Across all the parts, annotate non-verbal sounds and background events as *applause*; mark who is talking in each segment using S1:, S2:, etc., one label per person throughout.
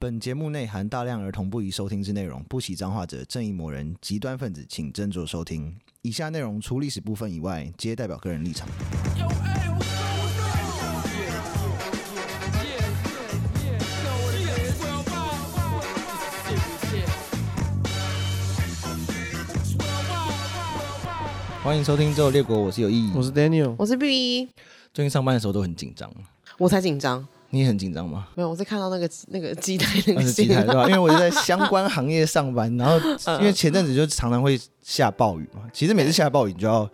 S1: 本节目内含大量儿童不宜收听之内容，不喜脏话者、正义魔人、极端分子，请斟酌收听。以下内容除历史部分以外，皆代表个人立场。欢迎收听《之后列国》，我是有意义。
S2: 我是 Daniel，
S3: 我是 B 一，
S1: 最近上班的时候都很紧张，
S3: 我才紧张。
S1: 你也很紧张吗？
S3: 没有，我是看到那个那个鸡
S1: *laughs*
S3: 蛋那
S1: 二
S3: 个
S1: 十几
S3: 新
S1: 台对
S3: 闻，
S1: 吧？因为我就在相关行业上班，然
S3: *laughs*
S1: 后
S3: 嗯
S1: 因为前阵子就常常会下暴雨嘛，其实每次下暴雨你就要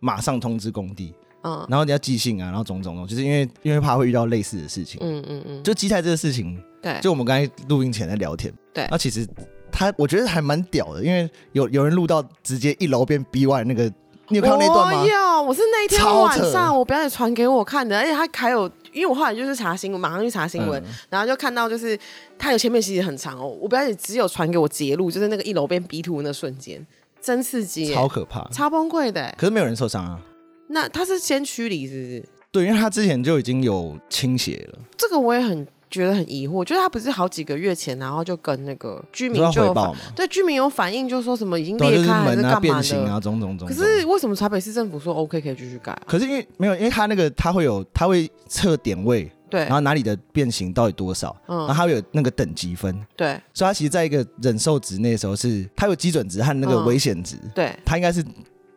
S1: 马上通知工地，
S3: 嗯
S1: 然后你要寄信啊，然后种种种，就是因为因为怕会遇到类似的事情。
S3: 嗯嗯嗯，
S1: 就机台这个事情，
S3: 对，
S1: 就我们刚才录音前在聊天，
S3: 对
S1: 那其实他我觉得还蛮屌的，因为有有人录到直接一楼变 B one 那个，你有看到那段吗
S3: 我？有，我是那一天
S1: 超
S3: 晚
S1: 扯
S3: 上我表姐传给我看的，而且她还有，因为我后来就是查新闻，马上去查新闻，
S1: 嗯
S3: 然后就看到就是她有前面其实很长哦，我表姐只有传给我截录，就是那个一楼变 B two 那瞬间，真刺激耶，
S1: 超可怕，
S3: 超崩溃的耶。欸
S1: 可是没有人受伤啊。
S3: 那她是先驱离是不是？
S1: 对，因为他之前就已经有倾斜了，
S3: 这个我也很觉得很疑惑，就是她不是好几个月前，然后就跟那个居
S1: 你
S3: 民
S1: 说要
S3: 就
S1: 回
S3: 有反
S1: 报嘛，
S3: 对居民有反映，就说什么已经
S1: 对啊，就
S3: 裂
S1: 是
S3: 开还
S1: 门
S3: 是干嘛
S1: 啊
S3: 的。
S1: 变形啊，种种种种。
S3: 可是为什么台北市政府说 OK 可以继续盖啊？
S1: 可是因为没有，因为它那个它会有，它会测点位，
S3: 对
S1: 然后哪里的变形到底多少，然后
S3: 嗯，
S1: 它会有那个等级分，
S3: 对
S1: 所以它其实在一个忍受值那时候是，它有基准值和那个
S3: 嗯
S1: 危险值，
S3: 对，
S1: 它应该是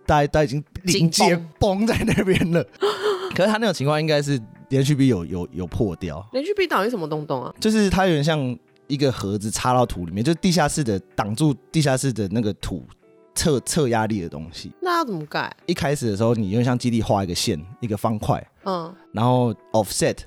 S1: 大家都已经临界
S3: 紧
S1: 崩在那边
S3: *laughs*
S1: 了。可是它那种情况应该是连续壁有有有破掉，
S3: 连续壁岛有什么东东啊？
S1: 就是它有点像一个盒子插到土里面，就是地下室的挡住地下室的那个土测测压力的东西。
S3: 那要怎么盖？
S1: 一开始的时候，你有点像基地画一个线，一个方块。 *laughs*
S3: 嗯，
S1: 然后
S3: *laughs*
S1: offset，、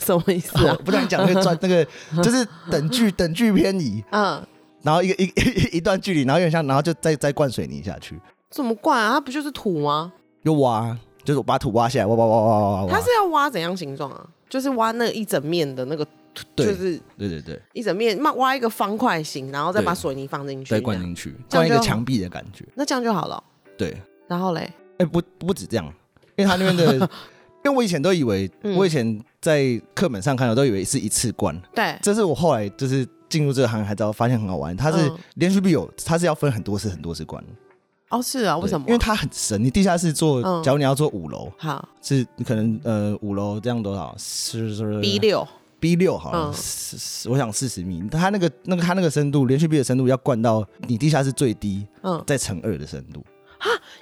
S3: 什么意思
S1: 我
S3: 啊？
S1: 不然讲那个转那
S3: *laughs*
S1: 个就是等距等距偏移，
S3: 嗯，
S1: 然后一个一一一段距离，然后有点像，然后就再再灌水泥下去，
S3: 怎么灌啊？它不就是土吗？
S1: 就挖，就是我把土挖下来，挖挖挖挖挖挖挖。
S3: 它是要挖怎样形状啊？就是挖那一整面的那个土，
S1: 对
S3: 就是
S1: 对对对，
S3: 一整面，那挖一个方块形，然后再
S1: 对
S3: 把水泥放进去。
S1: 再
S3: 这
S1: 灌
S3: 样
S1: 进去，
S3: 这
S1: 灌一
S3: 样就
S1: 个墙壁的感觉。
S3: 那这样就好了哦。
S1: 对，
S3: 然后嘞，
S1: 哎、不不止这样，因为它那边
S3: *laughs*
S1: 的，因为我以前都以为，
S3: 嗯
S1: 我以前在课本上看到都以为是一次灌，
S3: 对，
S1: 这是我后来就是。进入这个行业才知道，发现很好玩。它是
S3: 嗯
S1: 连续必有，它是要分很多次、很多次灌的。
S3: 哦是啊，为
S1: 对
S3: 什么啊？
S1: 因为它很神。你地下室做，
S3: 嗯
S1: 假如你要做五楼，
S3: 好
S1: 是你可能呃五楼这样多少？是是
S3: B 六，
S1: B 六好了，
S3: 嗯
S1: 四四我想四十米。它那个那个它那个深度，连续壁的深度要灌到你地下室最低，
S3: 嗯，
S1: 再乘二的深度。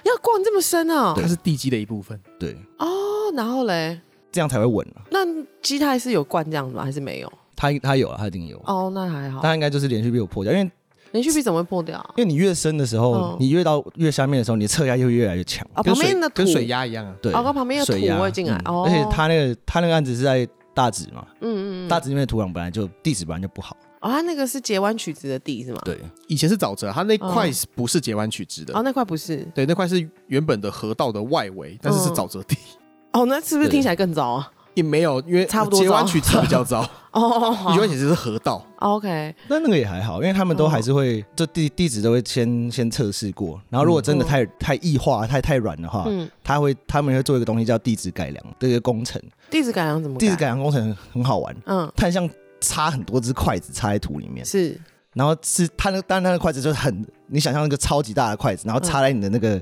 S3: 要灌这么深啊？
S2: 它是地基的一部分，
S1: 对，
S3: 哦，然后嘞，
S1: 这样才会稳啊。
S3: 那基泰是有灌这样子吗？还是没有？
S1: 它它有啊，它一定有。
S3: 哦，那还好。
S1: 它应该就是连续壁有破掉，因为
S3: 连续壁怎么会破掉啊？
S1: 因为你越深的时候，
S3: 嗯
S1: 你越到越下面的时候，你的侧压就越来越强。
S3: 啊，
S2: 跟
S3: 旁边
S2: 水
S3: 的土，
S2: 跟水压一样啊。
S1: 对，
S3: 哦，跟旁边的土
S1: 水压
S3: 会进来。
S1: 嗯
S3: 哦，
S1: 而且它那个它那个案子是在大直嘛，
S3: 嗯，嗯嗯，
S1: 大直那边的土壤本来就地质本来就不好。
S3: 哦，它那个是截弯曲直的地是吗？
S1: 对，
S2: 以前是沼泽，它那块是不是截弯曲直的
S3: 哦哦，，那块不是。
S2: 对，那块是原本的河道的外围，但是是沼泽地， *laughs*
S3: 哦，那是不是
S1: 对
S3: 听起来更糟啊？
S2: 也没有，因为
S3: 差不多
S2: 截弯曲直比较糟，
S3: 哦 *laughs* 哦，好
S2: 截弯曲直是河道，
S3: ，OK，
S1: 那那个也还好，因为他们都还是会，就地地址都会先先测试过，然后如果真的太、太异化、太太软的话，
S3: 嗯，
S1: 他会他们会做一个东西叫地质改良这个工程。
S3: 地质改良怎么
S1: 地质改良工程很好玩，
S3: 嗯，
S1: 它很像插很多只筷子插在土里面，
S3: 是
S1: 然后是它那当然它的筷子就是很你想象那个超级大的筷子，然后
S3: 嗯
S1: 插在你的那个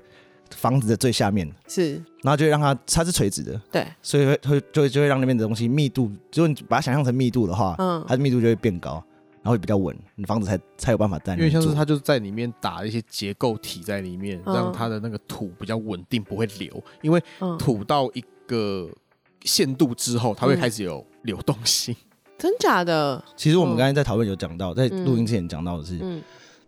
S1: 房子的最下面，
S3: 是，
S1: 然后就会让它它是垂直的，
S3: 对，
S1: 所以会会就会就会让那边的东西密度，如果你把它想象成密度的话，
S3: 嗯
S1: 它的密度就会变高。然后会比较稳，你房子才才有办法在
S2: 因
S1: 那
S2: 为
S1: 边
S2: 像
S1: 做。
S2: 是它就是在里面打一些结构体在里面，
S3: 嗯
S2: 让它的那个土比较稳定，不会流，因为
S3: 嗯，
S2: 土到一个限度之后，它会
S3: 嗯
S2: 开始有流动性。 *laughs*
S3: 真假的，
S1: 其实我们
S3: 嗯
S1: 刚才在讨论有讲到，在录音之前讲到的是，
S3: 嗯，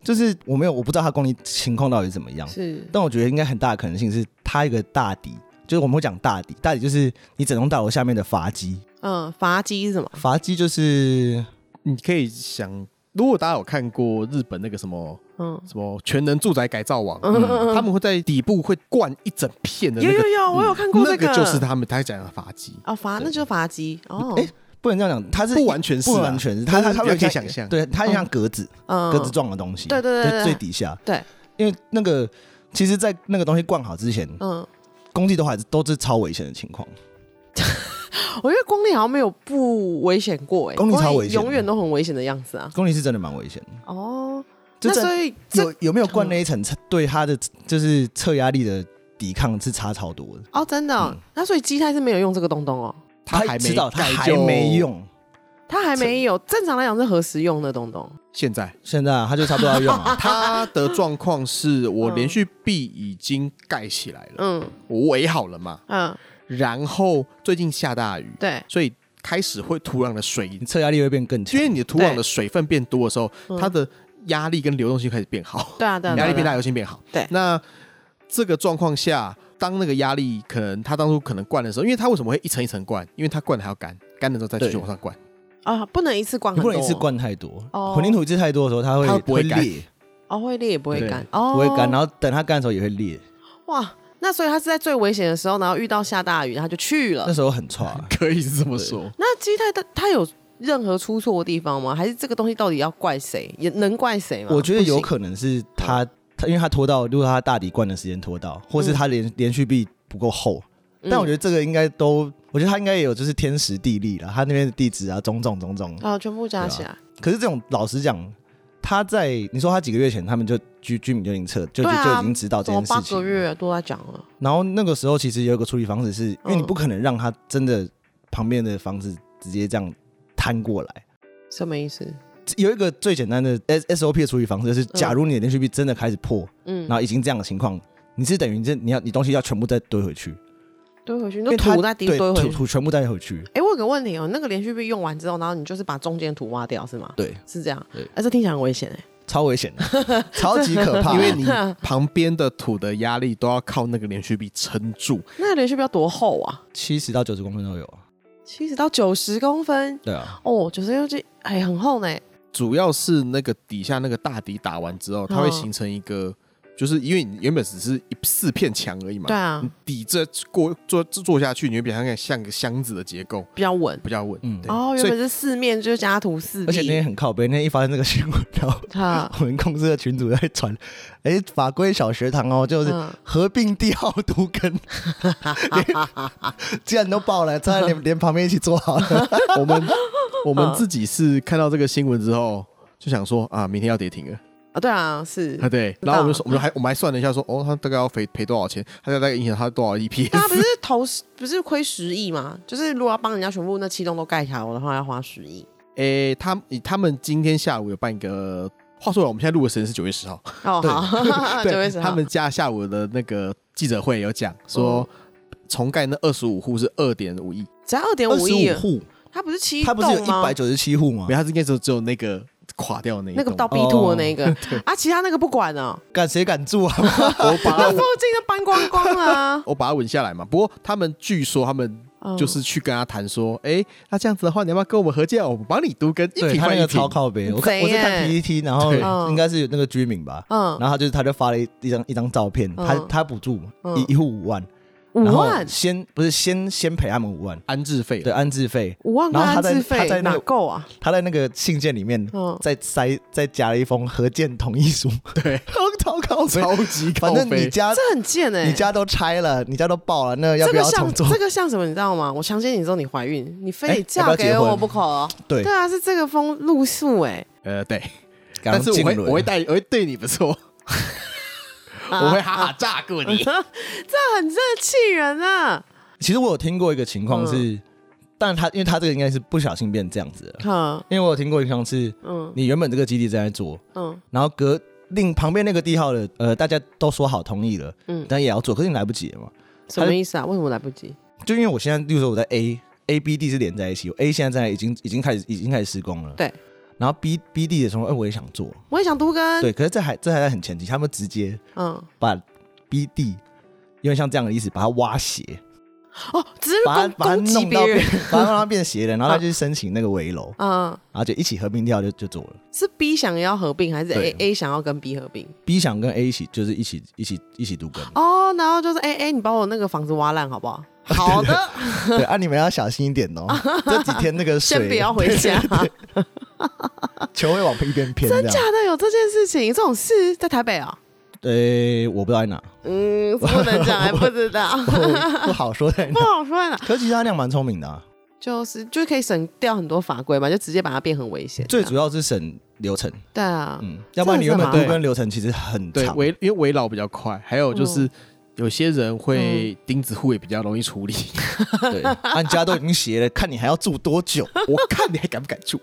S1: 就是我没有我不知道它公里情况到底是怎么样，
S3: 是，
S1: 但我觉得应该很大的可能性是它一个大底，就是我们会讲大底，大底就是你整栋大楼下面的阀基，
S3: 嗯，阀基是什么？
S1: 阀基就是
S2: 你可以想，如果大家有看过日本那个什么
S3: 嗯，
S2: 什么全能住宅改造网，
S3: 嗯嗯嗯
S2: 他们会在底部会灌一整片的那
S3: 有
S2: 个嗯
S3: 有，有，
S1: 嗯
S3: 我有看过
S2: 那
S3: 这
S2: 个就是他们他讲的发髻，
S3: 哦，阀那就是阀基哦，
S1: 诶不能这样讲，它是
S2: 不完全是啊
S1: 不完全是，它它它
S2: 但是
S1: 有
S2: 你可以
S1: 点
S2: 想象
S1: 对，它有点像格子、
S3: 嗯
S1: 格子状的东西，
S3: 对对对
S1: 就
S3: 对
S1: 最底下，
S3: 对，
S1: 因为那个其实，在那个东西灌好之前，
S3: 嗯，
S1: 工地都还是都是超危险的情况，
S3: 我觉得光丽好像没有不危险过哎、欸，
S1: 光丽超危险
S3: 永远都很危险的样子啊。
S1: 公里是真的蛮危险的。
S3: 哦，
S1: 就
S3: 那
S1: 真
S3: 所以这嗯
S1: 有有没有灌那一层，对他的就是测压力的抵抗是差超多的。
S3: 哦真的哦、
S1: 嗯
S3: 那所以基泰是没有用这个东东哦，
S2: 他还没
S1: 知道，他
S2: 改
S1: 还
S2: 就
S1: 没用。
S3: 他还没有。正常来讲是何时用的东东？
S2: 现在
S1: 现在啊他就差不多要用
S2: *laughs*
S1: 啊，
S2: 他的状况是我连续壁已经盖起来了，
S3: 嗯
S2: 我围好了嘛，
S3: 嗯，
S2: 然后最近下大雨，
S3: 对，
S2: 所以开始会土壤的水，
S1: 你测压力会变更
S2: 因
S1: 强。
S2: 为你的土壤
S3: 对
S2: 的水分变多的时候，
S3: 嗯
S2: 它的压力跟流动性开始变好，
S3: 对啊对啊，对啊
S2: 压力变，大，
S3: 对啊
S2: 流动性变好。
S3: 对
S2: 那这个状况下，当那个压力可能他当初可能灌的时候，因为他为什么会一层一层灌？因为他灌的还要干，干的时候再继续
S1: 对
S2: 往上灌。
S3: 啊，不能一次灌
S1: 你
S3: 很
S1: 不
S3: 多哦，
S1: 能一次灌太多，
S3: 哦
S1: 混凝土一次太多的时候，它
S2: 它
S1: 会
S2: 不会干
S1: 裂，
S3: 哦，会裂也不会
S2: 对
S3: 干，哦，
S1: 不会干，然后等它干的时候也会裂。
S3: 哇，那所以他是在最危险的时候，然后遇到下大雨，他就去了
S1: 那。时候很差，啊
S2: 可以是这么说，
S3: 那基泰他他有任何出错的地方吗？还是这个东西到底要怪谁？也能怪谁吗？
S1: 我觉得有
S3: 能。
S1: 可能是
S3: 嗯
S1: 他他，因为他拖到，如果他大底灌的时间拖到，或是他连连续壁不够厚。
S3: 嗯
S1: 但我觉得这个应该都，我觉得他应该也有就是天时地利了，他那边的地址啊，种种种种。
S3: 啊，全部加起来，
S1: 可是这种老实讲，他在你说他几个月前，他们就居居民就已经测，就就
S3: 对啊
S1: 就已经知道这
S3: 怎么
S1: 件
S3: 八
S1: 事
S3: 个
S1: 情。
S3: 月都在讲了？
S1: 然后那个时候其实有一个处理方式是，因为你
S3: 嗯
S1: 不可能让他真的旁边的房子直接这样摊过来。
S3: 什么意思？
S1: 有一个最简单的 S S O P 的处理方式是，假如你的连续壁真的开始破，
S3: 嗯，
S1: 然后已经这样的情况，你是等于这你要你东西要全部再堆回去，
S3: 堆回去，
S1: 因
S3: 那
S1: 为它
S3: 土在地
S1: 对
S3: 堆回
S1: 土
S3: 去。
S1: 土全部带回去。
S3: 哎，我有个问题哦，那个连续币用完之后，然后你就是把中间土挖掉是吗？
S1: 对，
S3: 是这样
S1: 对。
S3: 哎，这听起来很危险哎。
S1: 超危险的，超级可
S3: *laughs*
S1: 怕。
S2: 因为你旁边的土的压力都要靠那个连续壁撑住，
S3: 那个连续币要多厚啊？
S1: 七十到九十公分都有啊。
S3: 七十到九十公分
S1: 对啊，
S3: 哦，九十公斤，哎，很厚呢。
S2: 主要是那个底下那个大底打完之
S3: 嗯
S2: 后，它会形成一个，就是因为你原本只是一四片墙而已嘛，
S3: 对啊
S1: 嗯
S2: 你，底这过做做下去，你会变成像个箱子的结构，
S3: 比较稳。
S2: 比较稳。
S1: 嗯
S2: 对
S3: 哦，原
S2: 所
S3: 本
S2: 以
S3: 是四面就是加土四
S1: 而且那
S3: 壁
S1: 天，很靠背，那天一发生这个新闻，然后
S3: 它
S1: 我们公司的群主在传，哎，法规小学堂哦，就是
S3: 嗯
S1: 合并地奥都跟，连既然都报了，再连连旁边一起做好了。
S2: *laughs* 我
S3: *laughs*
S2: 们我们
S3: 嗯
S2: 自己是看到这个新闻之后，就想说啊，明天要跌停了
S3: 啊，对啊，是
S2: 啊，对。然后我们就说，我们还我们还算了一下说，哦，他大概要赔赔多少钱？他大概影响他多少
S3: *laughs* 大家
S2: EPS？
S3: 啊不是投十不是亏十亿吗？就是如果要帮人家全部那七栋都盖起来的话，要花十亿。
S2: *laughs* 诶、他他们今天下午有办一个。话说了，我们现在录的时间是九月十号，
S3: 哦，
S2: 对
S3: 好， *laughs* 九月
S2: 对，
S3: 十
S2: 他
S3: 号
S2: 们家下午的那个记者会有讲说，
S3: 嗯
S2: 重盖那二十五户是二点五亿，
S3: 只要二点
S1: 二
S3: 五
S1: 十
S3: 亿
S1: 五，户，
S3: 它不是七
S1: 他不是有
S3: 栋
S1: 一
S3: 吗
S1: 百？九十七户吗
S2: 没有，？他是应该只有只有那个垮掉的那一
S3: 那个
S2: 栋
S3: 到 B two
S1: 哦
S3: 的那一个
S1: *laughs*
S3: 啊，其他那个不管哦，
S1: 敢谁敢住啊？
S2: 我把
S3: 那
S2: 它。
S3: 附近都搬光光了啊
S2: 我把它稳下来嘛。不过他们据说他们
S3: 嗯
S2: 就是去跟他谈说，哎、那这样子的话，你要不要跟我们合建？我们帮你都跟一
S1: 对
S2: 平
S1: 他
S2: 换
S1: 那
S2: 一
S1: 个
S2: 平
S1: 超。靠北，我看
S3: 贼
S1: 我是看
S3: 耶
S1: PPT，然后
S2: 对
S3: 嗯
S1: 应该是有那个居民吧，
S3: *laughs* 嗯，
S1: 然后他就是他就发了一一张一张照片，他
S3: 嗯
S1: 他补助
S3: 嗯
S1: 一一户五万，
S3: 五
S1: 然后
S3: 万
S1: 先不是先先赔他们五万，
S2: 安置费
S1: 对，安置费，
S3: 五万块
S1: 然后他
S3: 安
S1: 在
S3: 置
S1: 他
S3: 费
S1: 在那
S3: 哪
S1: 个
S3: 够啊？
S1: 他在那个信件里面
S3: 嗯
S1: 再塞再加了一封合建同意书， *laughs*
S2: 对，
S1: 超靠北，
S2: 超级靠
S1: 反
S2: 背。
S1: 正你家
S3: 这很贱哎！
S1: 你家都拆了，你家都爆了，那要
S3: 这
S1: 不
S3: 个
S1: 要
S3: 像
S1: 重做？
S3: 这个像什么？你知道吗？我强奸你之后你怀孕，你非
S1: 哎
S3: 得
S1: 要不
S3: 嫁
S1: 要结
S3: 给我
S1: 婚
S3: 不可哦。
S1: 对
S3: 对，啊，是这个风露宿哎。
S2: 呃，对，
S1: 赶
S2: 但
S1: 上
S2: 是我
S1: 进
S2: 会
S1: 轮啊
S2: 我会带我会对你不错，我会哈哈炸过你。
S3: 啊这很真的气人啊！
S1: *laughs* 其实我有听过一个情况
S3: 嗯
S1: 是，但他因为他这个应该是不小心变这样子了，
S3: 哈，
S1: 因为我有听过一个情况是，
S3: 嗯
S1: 你原本这个基地正在做，
S3: 嗯
S1: 然后隔另旁边那个地号的，呃，大家都说好同意了，
S3: 嗯，
S1: 但也要做，可是你来不及了嘛。
S3: 什么意思啊？为什么来不及？
S1: 就因为我现在，例如说我在 A A B D 是连在一起我，A 现在在已经已经开始已经开始施工了，
S3: 对。
S1: 然后 B B D 的时候，哎、我也想做，
S3: 我也想读根，
S1: 对，可是这还这还在很前期，他们直接
S3: 嗯，
S1: 把 B D 有点像这样的意思，把它挖斜，
S3: 哦，只是
S1: 把它
S3: 攻
S1: 把它
S3: 攻击
S1: 弄到
S3: 别
S1: 变
S3: 人，，
S1: 把它让它变斜的，然后他就去申请那个围楼，
S3: 嗯，
S1: 然后就一起合并掉就就做了。
S3: 是 B 想要合并还是
S1: 对
S3: A A 想要跟 B 合并？
S1: B 想跟 A 一起，就是一起一起一起读根，
S3: *laughs* 哦，然后就是 A A，你把我那个房子挖烂好
S1: *laughs*
S3: 不好？好的，
S1: 对啊，你们要小心一点
S3: *laughs*
S1: 哦。这几天那个水
S3: 先不要回 *laughs* 家。
S1: 球会往一边偏，这
S3: 真假
S1: 样。
S3: 的有这件事情？这种事在台北啊？
S1: 对，我不知道在
S3: *laughs*
S1: 哪，
S3: 嗯，不能讲，还不知道，
S1: 不不好说在
S3: *laughs* 不
S1: 哪。 *laughs*
S3: 好说呢。
S1: 可是其实他那样蛮聪明的啊，
S3: 就是就是可以省掉很多法规嘛，就直接把它变很危险。啊
S1: 最主要是省流程，
S3: 对啊，
S1: 嗯，要不然你原本
S2: 对
S1: 读跟流程其实很
S2: 对，
S1: 长，
S2: 围因为围绕比较快，还有
S3: 嗯
S2: 就是有些人
S1: 嗯
S2: 会钉子户也比较容易处理。 *laughs*
S1: *laughs* 对，啊，你家都已经斜了，看你还要住多 *laughs* 久，
S2: 我看你还敢不敢住？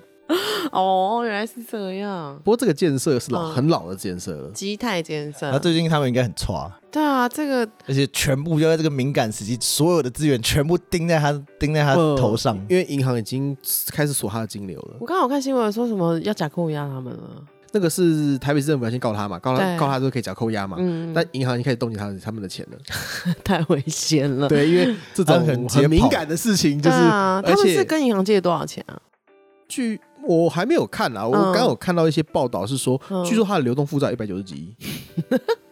S3: 哦，原来是这样。
S2: 不过这个建设是老
S3: 嗯
S2: 很老的建设了，
S3: 基泰建
S1: 然后
S3: 设，
S1: 最近他们应该很差，
S3: 对啊，这个
S1: 而且全部就在这个敏感时期，所有的资源全部盯在他盯在他
S2: 嗯
S1: 头上，
S2: 因为银行已经开始锁他的金流了。
S3: 我刚好看新闻说什么要假扣押他们了，
S2: 那个是台北市政府要先告他嘛，告他
S3: 对
S2: 告他就可以缴扣押嘛。
S3: 嗯，
S2: 但银行已经开始冻结他的他们的
S3: *laughs*
S2: 钱了，
S3: 太危险了。
S2: 对，因为这
S1: 他
S2: 种
S1: 们很直接
S2: 很敏
S1: 跑
S2: 感的事情，就
S3: 对
S2: 是
S3: 啊，他
S2: 而
S3: 们是
S2: 且
S3: 跟银行借多少钱啊？
S2: 据我还没有看啊，我
S3: 嗯
S2: 刚刚有看到一些报道是说，
S3: 嗯
S2: 据说他的流动负债一百九十几亿，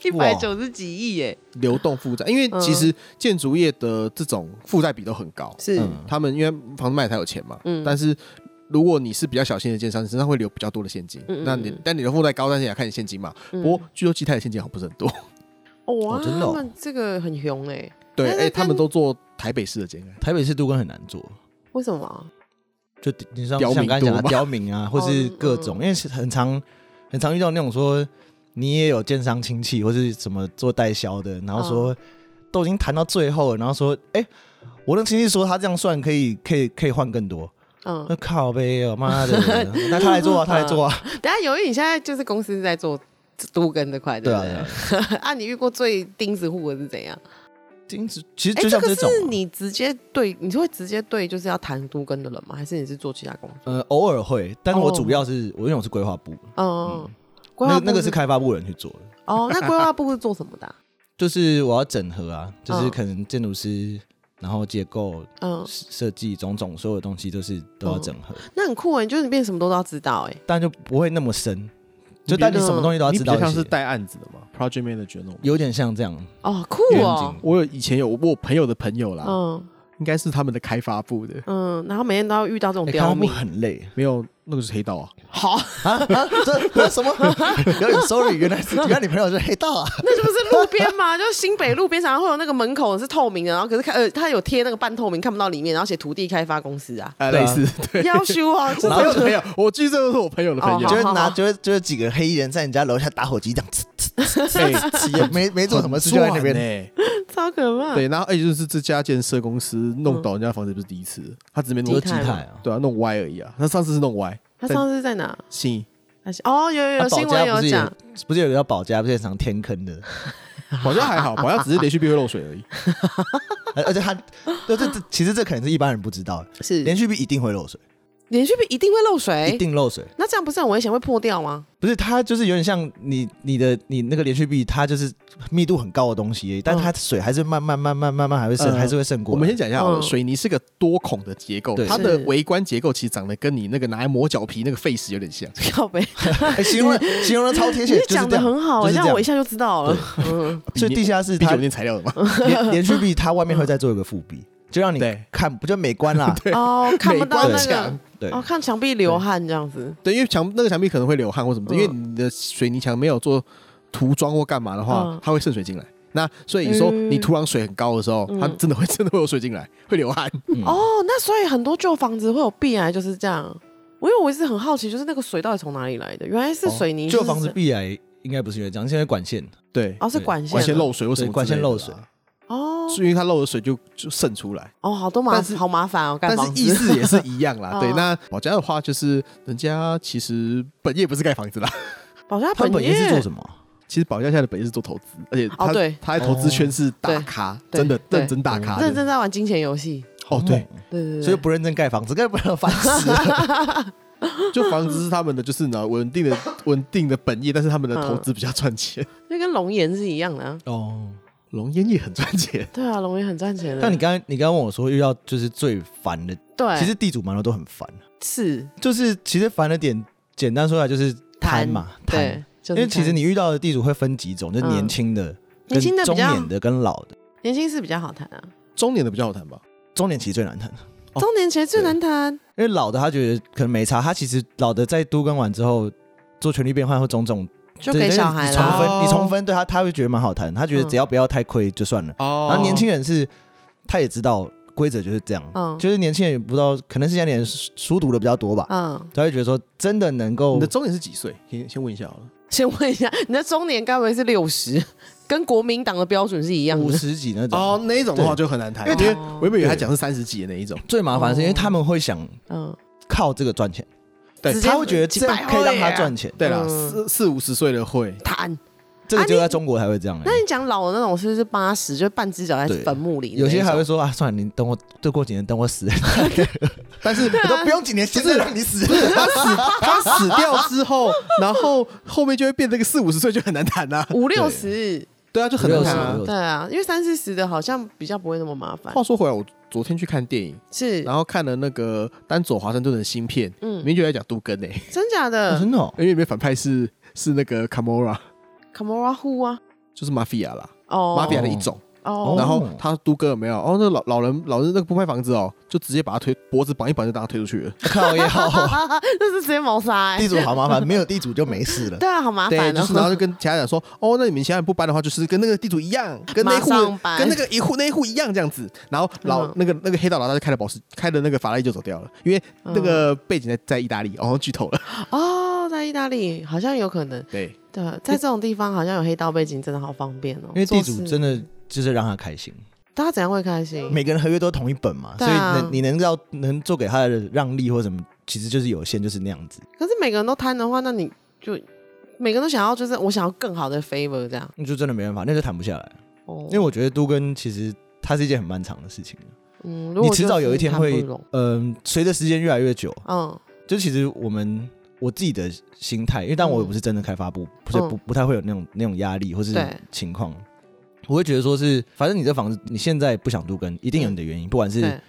S3: 一百九十几亿耶，
S2: 流动负债，因为
S3: 嗯
S2: 其实建筑业的这种负债比都很高，
S3: 是
S1: 嗯
S2: 他们因为房子卖才有钱嘛，
S3: 嗯
S2: 但是。如果你是比较小心的建商，你身上会留比较多的现金。
S3: 嗯嗯
S2: 那你
S3: 嗯
S2: 但你的负债高，但是也要看你现金嘛。
S3: 嗯
S2: 不过据说基泰的现金好像不是很多。
S3: 哦哇，
S1: 哦真的哦
S3: 他们这个很凶哎，
S2: 对，
S3: 但
S2: 哎、
S3: 是
S2: 他们都做台北市的建案。
S1: 台北市都跟很难做。
S3: 为什么啊？
S1: 就你像
S2: 刁民
S1: 像刚才讲的
S2: 多吗
S1: 刁民啊，或是各种，因为是很常很常遇到那种说你也有建商亲戚或是什么做代销的，然后说、都已经谈到最后了，然后说哎、我那亲戚说他这样算可以可以可以换更多，
S3: 嗯
S1: 那，靠呗哦，妈 *laughs* 的，那他来做啊，他来做啊，
S3: 等一下由于你现在就是公司在做都跟这
S1: *laughs*
S3: 块，
S1: 对
S3: 不
S1: 啊对啊
S3: 对？，啊，你遇过最钉子户的是怎样？
S1: 钉子其实
S3: 哎，
S1: 就像
S3: 个
S1: 这种啊、
S3: 是你直接对，你会直接对就是要谈都跟的人吗？还是你是做其他工作？
S1: 呃，偶尔会，但是我
S3: 哦
S1: 主要是、我因为我是规划部，
S3: 嗯，规
S1: 那
S3: 划
S1: 个那
S3: 部
S1: 个是开发部人去做的，
S3: 哦，那规划部是做什么
S1: *laughs*
S3: 的啊？
S1: 就是我要整合啊，就是
S3: 嗯
S1: 可能建筑师，然后结构
S3: 嗯，
S1: 设计种种所有东西都是都要整合，
S3: 那很酷哎，就是你变什么都都要知道哎。
S1: 但就不会那么深，就
S2: 比较
S1: 但你什么东西都要
S2: 你
S1: 知
S2: 比
S1: 道
S2: 较
S1: 一些，
S2: 像是带案子的嘛，project manager 那种。
S1: 有点像这样。
S3: 哦，酷
S1: 远
S3: 哦，
S1: 景啊
S2: 我有以前有我有朋友的朋友啦，
S3: 嗯
S2: 应该是他们的开发部的，
S3: 嗯，然后每天都要遇到这
S1: 欸、
S3: 种
S1: 开
S3: 刁
S1: 发部 *laughs*
S3: 民，
S1: 很累
S2: 没有那个是黑道啊，，
S3: 好，
S1: 啊啊！这这什么？ *laughs* 有点 sorry，原来是原来你朋友是黑道啊！
S3: 那就不是路边吗？ *laughs* 就是新北路边常常会有那个门口是透明的，然后可是看呃，它有贴那个半透明，看不到里面，然后写土地开发公司啊
S2: 呃
S1: 对哦
S2: 类
S1: 啊
S2: 似。 *laughs* 对，
S3: 要修
S1: *laughs*
S3: 啊，
S2: 我
S3: 真
S2: 朋友的
S3: 的
S2: 朋友，我记得这都是我朋友的朋友
S1: 就
S3: 好。
S1: 是
S3: 好
S1: 拿
S3: 好
S1: 就是就是几个黑衣人在你家楼下打火机这样，呲
S2: 哎
S1: 呲也没没做什么事就在那边。
S2: 很
S3: 超可怕。
S2: 赚欸对，然后哎，就是这家建设公司弄倒人家房子也不是第一次，他只没弄
S1: 我
S3: 基
S1: 是
S3: 基
S1: 基
S3: 泰
S1: 泰啊，
S2: 对啊，弄歪而已啊。他上次是弄歪，
S3: 他上次在哪？ *laughs*
S2: 信
S3: 他是哦，有有
S1: 啊
S3: 有
S1: 保
S3: 新
S1: 家
S3: 闻
S1: 不
S3: 有
S1: 是
S3: 讲，
S1: 也不是有个叫保家，不是很常天坑的，
S2: 好像还好，好像只是连续壁会漏水而已。
S1: 而 *laughs* 而且他，这这这其实这可能是一般人不知道的，
S3: 是哎
S1: 连续壁一定会漏水，
S3: 连续壁一定会漏
S1: 一
S3: 水，
S1: 定漏水。
S3: 那这样不是很危险，会破
S1: *laughs*
S3: 掉吗？
S1: 不是，它就是有点像你你的你那个连续壁，它就是密度很高的东西而已，
S3: 嗯
S1: 但它水还是慢慢慢慢慢慢还会渗，
S2: 呃
S1: 还是会渗过
S2: 我
S1: 来。
S2: 们先讲一下好了，
S3: 嗯
S2: 水泥是个多孔的结构
S1: 对，
S2: 它的
S3: 是
S2: 围观结构其实长得跟你那个拿来磨脚皮那个 face 有点像。
S3: 靠背，
S1: 哎形容得形容的超贴
S3: *laughs* 你
S1: 切，就是
S3: 讲
S1: 这
S3: 的
S1: 样。
S3: 很好，
S1: 就是这
S3: 这
S1: 样
S3: 样我一下就知道了。嗯，
S1: 所以地下室
S2: 毕竟
S1: 它
S2: 有点材料的嘛，
S3: *laughs*
S1: 连连续壁，它外面会再做一个复壁，就让你
S2: 对
S1: 看不就美观
S3: *laughs*
S1: 啦？ *laughs*
S3: 哦，看不
S2: 美
S3: 到
S2: 观
S3: 那个
S2: 墙，
S1: 对
S3: 哦，看墙壁流汗这样子。
S2: 对，因为墙那个墙壁可能会流汗或什么的，
S3: 嗯
S2: 因为你的水泥墙没有做涂装或干嘛的话
S3: 嗯，
S2: 它会渗水进来。那所以你说
S3: 嗯
S2: 你土壤水很高的时候，它真的会 *laughs* 真的会有水进来，会流汗。
S1: 嗯
S3: 哦，那所以很多旧房子会有壁癌就是这样。我因为我一直很好奇，就是那个水到底从哪里来的？原来是水泥，
S1: 哦旧
S3: 就是
S1: 房子壁癌应该不是因为这样，是因为管线
S2: 对，
S3: 哦，是管线，
S2: 管线漏水或什么
S1: 对管线
S2: 之类的
S1: 漏水
S2: 啦，
S3: 哦
S2: 是因为它漏了水就就渗出来。
S3: 哦，好多麻
S2: 但是
S3: 好麻烦哦，盖
S2: 但
S3: 房
S2: 是意
S3: 子。 *laughs*
S2: 思也是一样啦，
S3: 哦
S2: 对。那保家的话，就是人家其实本业不是盖房子啦， *laughs*
S3: 保家
S1: 它本
S3: 业
S1: 业是做什么啊？
S2: 其实保家现在的本业是做投资，而且他、
S3: 哦对
S2: 他在投资圈是大咖，
S3: 对
S2: 真的
S3: 对
S2: 认真大咖的，
S3: 认真在嗯玩金钱游戏，
S2: 哦对，
S3: 对对对，
S1: 所以不认真盖房子，根本不要烦死
S3: *laughs*
S1: 了。
S2: 就房子是他们的，就是呢稳定的稳定的本业，但是他们的投资比较赚钱，
S3: 就跟龙岩是一样的、啊。
S1: 哦，
S2: 龙烟也很赚钱，
S3: 对啊，龙岩很赚钱的。
S1: 但你刚刚你刚刚问我说遇到就是最烦的，
S3: 对，
S1: 其实地主蛮多都很烦。啊
S3: 是
S1: 就是其实烦的点，简单说来就是贪嘛，贪。
S3: 对，就
S1: 因
S3: 是
S1: 为其实
S3: 贪嗯
S1: 你遇到的地主会分几种，就是年轻的、跟
S3: 年轻的比
S1: 中
S3: 较
S1: 年的、跟老的。
S3: 年轻是比较好谈啊，
S2: 中年的比较好谈吧，
S1: 中年其实最难谈，
S2: 哦
S3: 中年其实最难谈。
S1: 因为老的他觉得可能没差，他其实老的在都跟完之后做权力变换或种种，
S3: 就给小孩
S1: 你重
S3: 啦。
S1: 分，你重分对他他会觉得蛮好谈，他觉得
S3: 嗯
S1: 只要不要太亏就算了。
S2: 哦
S1: 然后年轻人是他也知道规则就是这样，
S3: 嗯
S1: 就是年轻人也不知道，可能是现在年轻人书读的比较多吧，
S3: 嗯，
S1: 他会觉得说真的能够
S2: 你的终点是几岁？先先问一下好了。
S3: 先问一下，你的中年该不会是六十？ *laughs* 跟国民党的标准是一样
S1: 五
S3: 的？
S1: 十几那种。
S2: 哦，那一种的话就很难谈，因
S3: 对
S2: 为
S3: 因为他
S2: 我原本以为他讲是三十几的那一种，
S1: 最麻烦是因为他们会想
S3: 嗯，
S1: 靠这个赚钱，
S2: 对
S3: 直接
S1: 他会觉得这样可以让他赚钱，
S2: 对啦，
S3: 嗯
S2: 四四五十岁的会，
S3: 谈。
S1: 这个就在中国才会这样、欸
S3: 啊那你讲老的那种是不是八十，就是半只脚在
S1: 对
S3: 坟墓里那种？
S1: 有些还会说啊，算了，你等我，再过几年等我
S3: *laughs*
S1: 死，
S2: 但是
S1: 我都不用几年，现在让你死。
S2: 他死他死掉之后，然后后面就会变那个四五十岁就很难谈呐。
S3: 五六十，
S2: 对啊，就很难谈
S1: 五
S2: 啊
S1: 六。
S3: 对啊，因为三四十的好像比较不会那么麻烦。
S2: 话说回来，我昨天去看电影，
S3: 是
S2: 然后看了那个丹佐华盛顿的新片，嗯，里面就在讲杜根诶、
S3: 真假
S1: 哦 *laughs*
S3: 的
S1: 真的
S3: *laughs*
S1: 哦，
S2: 因为里面反派是是那个 Camora，
S3: ？Kamora Who 啊？
S2: 就是马菲亚啦，
S3: 哦，
S2: 马菲亚的一种。
S1: 哦
S3: 哦，
S2: 然后他杜根有没有？哦，那个老老人老人那个不卖房子哦，就直接把他推脖子绑一绑就当他推出去了。
S1: 靠腰， *laughs*
S3: 那是直接谋杀
S1: 地
S3: 欸。
S1: 主好麻烦，没有地主就没事了。
S3: 对啊，好麻
S2: 对，
S3: 烦
S2: 就是然后
S3: 哦。
S2: 就跟其他人说，哦，那你们现在不搬的话，就是跟那个地主一样，跟那户
S3: 马上搬
S2: 跟那个一户那一户一样这样子。然后老、
S3: 嗯
S2: 那个那个黑道老大就开了保时，开了那个法拉利就走掉了，因为
S3: 嗯
S2: 那个背景在在意大利，哦，剧透
S1: *laughs*
S2: 了。
S3: *laughs* 哦，在意大利好像有可能。
S2: 对，
S3: 对，啊在这种地方好像有黑道背景，真的好方便哦。
S1: 因为地主
S3: 做事
S1: 真，的嗯就是让他开心，
S3: 他怎样会开心？
S1: 每个人合约都同一本嘛，
S3: 对
S1: 所以
S3: 啊
S1: 能你能要能做给他的让利或什么，其实就是有限，就是那样子，
S3: 可是每个人都贪的话，那你就每个人都想要，就是我想要更好的 favor 这样。
S1: 那就真的没办法，那就谈不下来。
S3: 哦
S1: 因为我觉得都跟其实它是一件很漫长的事情，
S3: 嗯，如
S1: 你
S3: 果
S1: 迟早有一天
S3: 就是
S1: 会
S3: 看不拢，
S1: 嗯、随着时间越来越久，
S3: 嗯
S1: 就其实我们我自己的心态，因为但我也不是真的开发部，不是不不太会有那种那种压力或是
S3: 嗯对
S1: 情况。我会觉得说是，反正你这房子你现在不想住跟，一定有你的原因，不管是
S3: 嗯对，嗯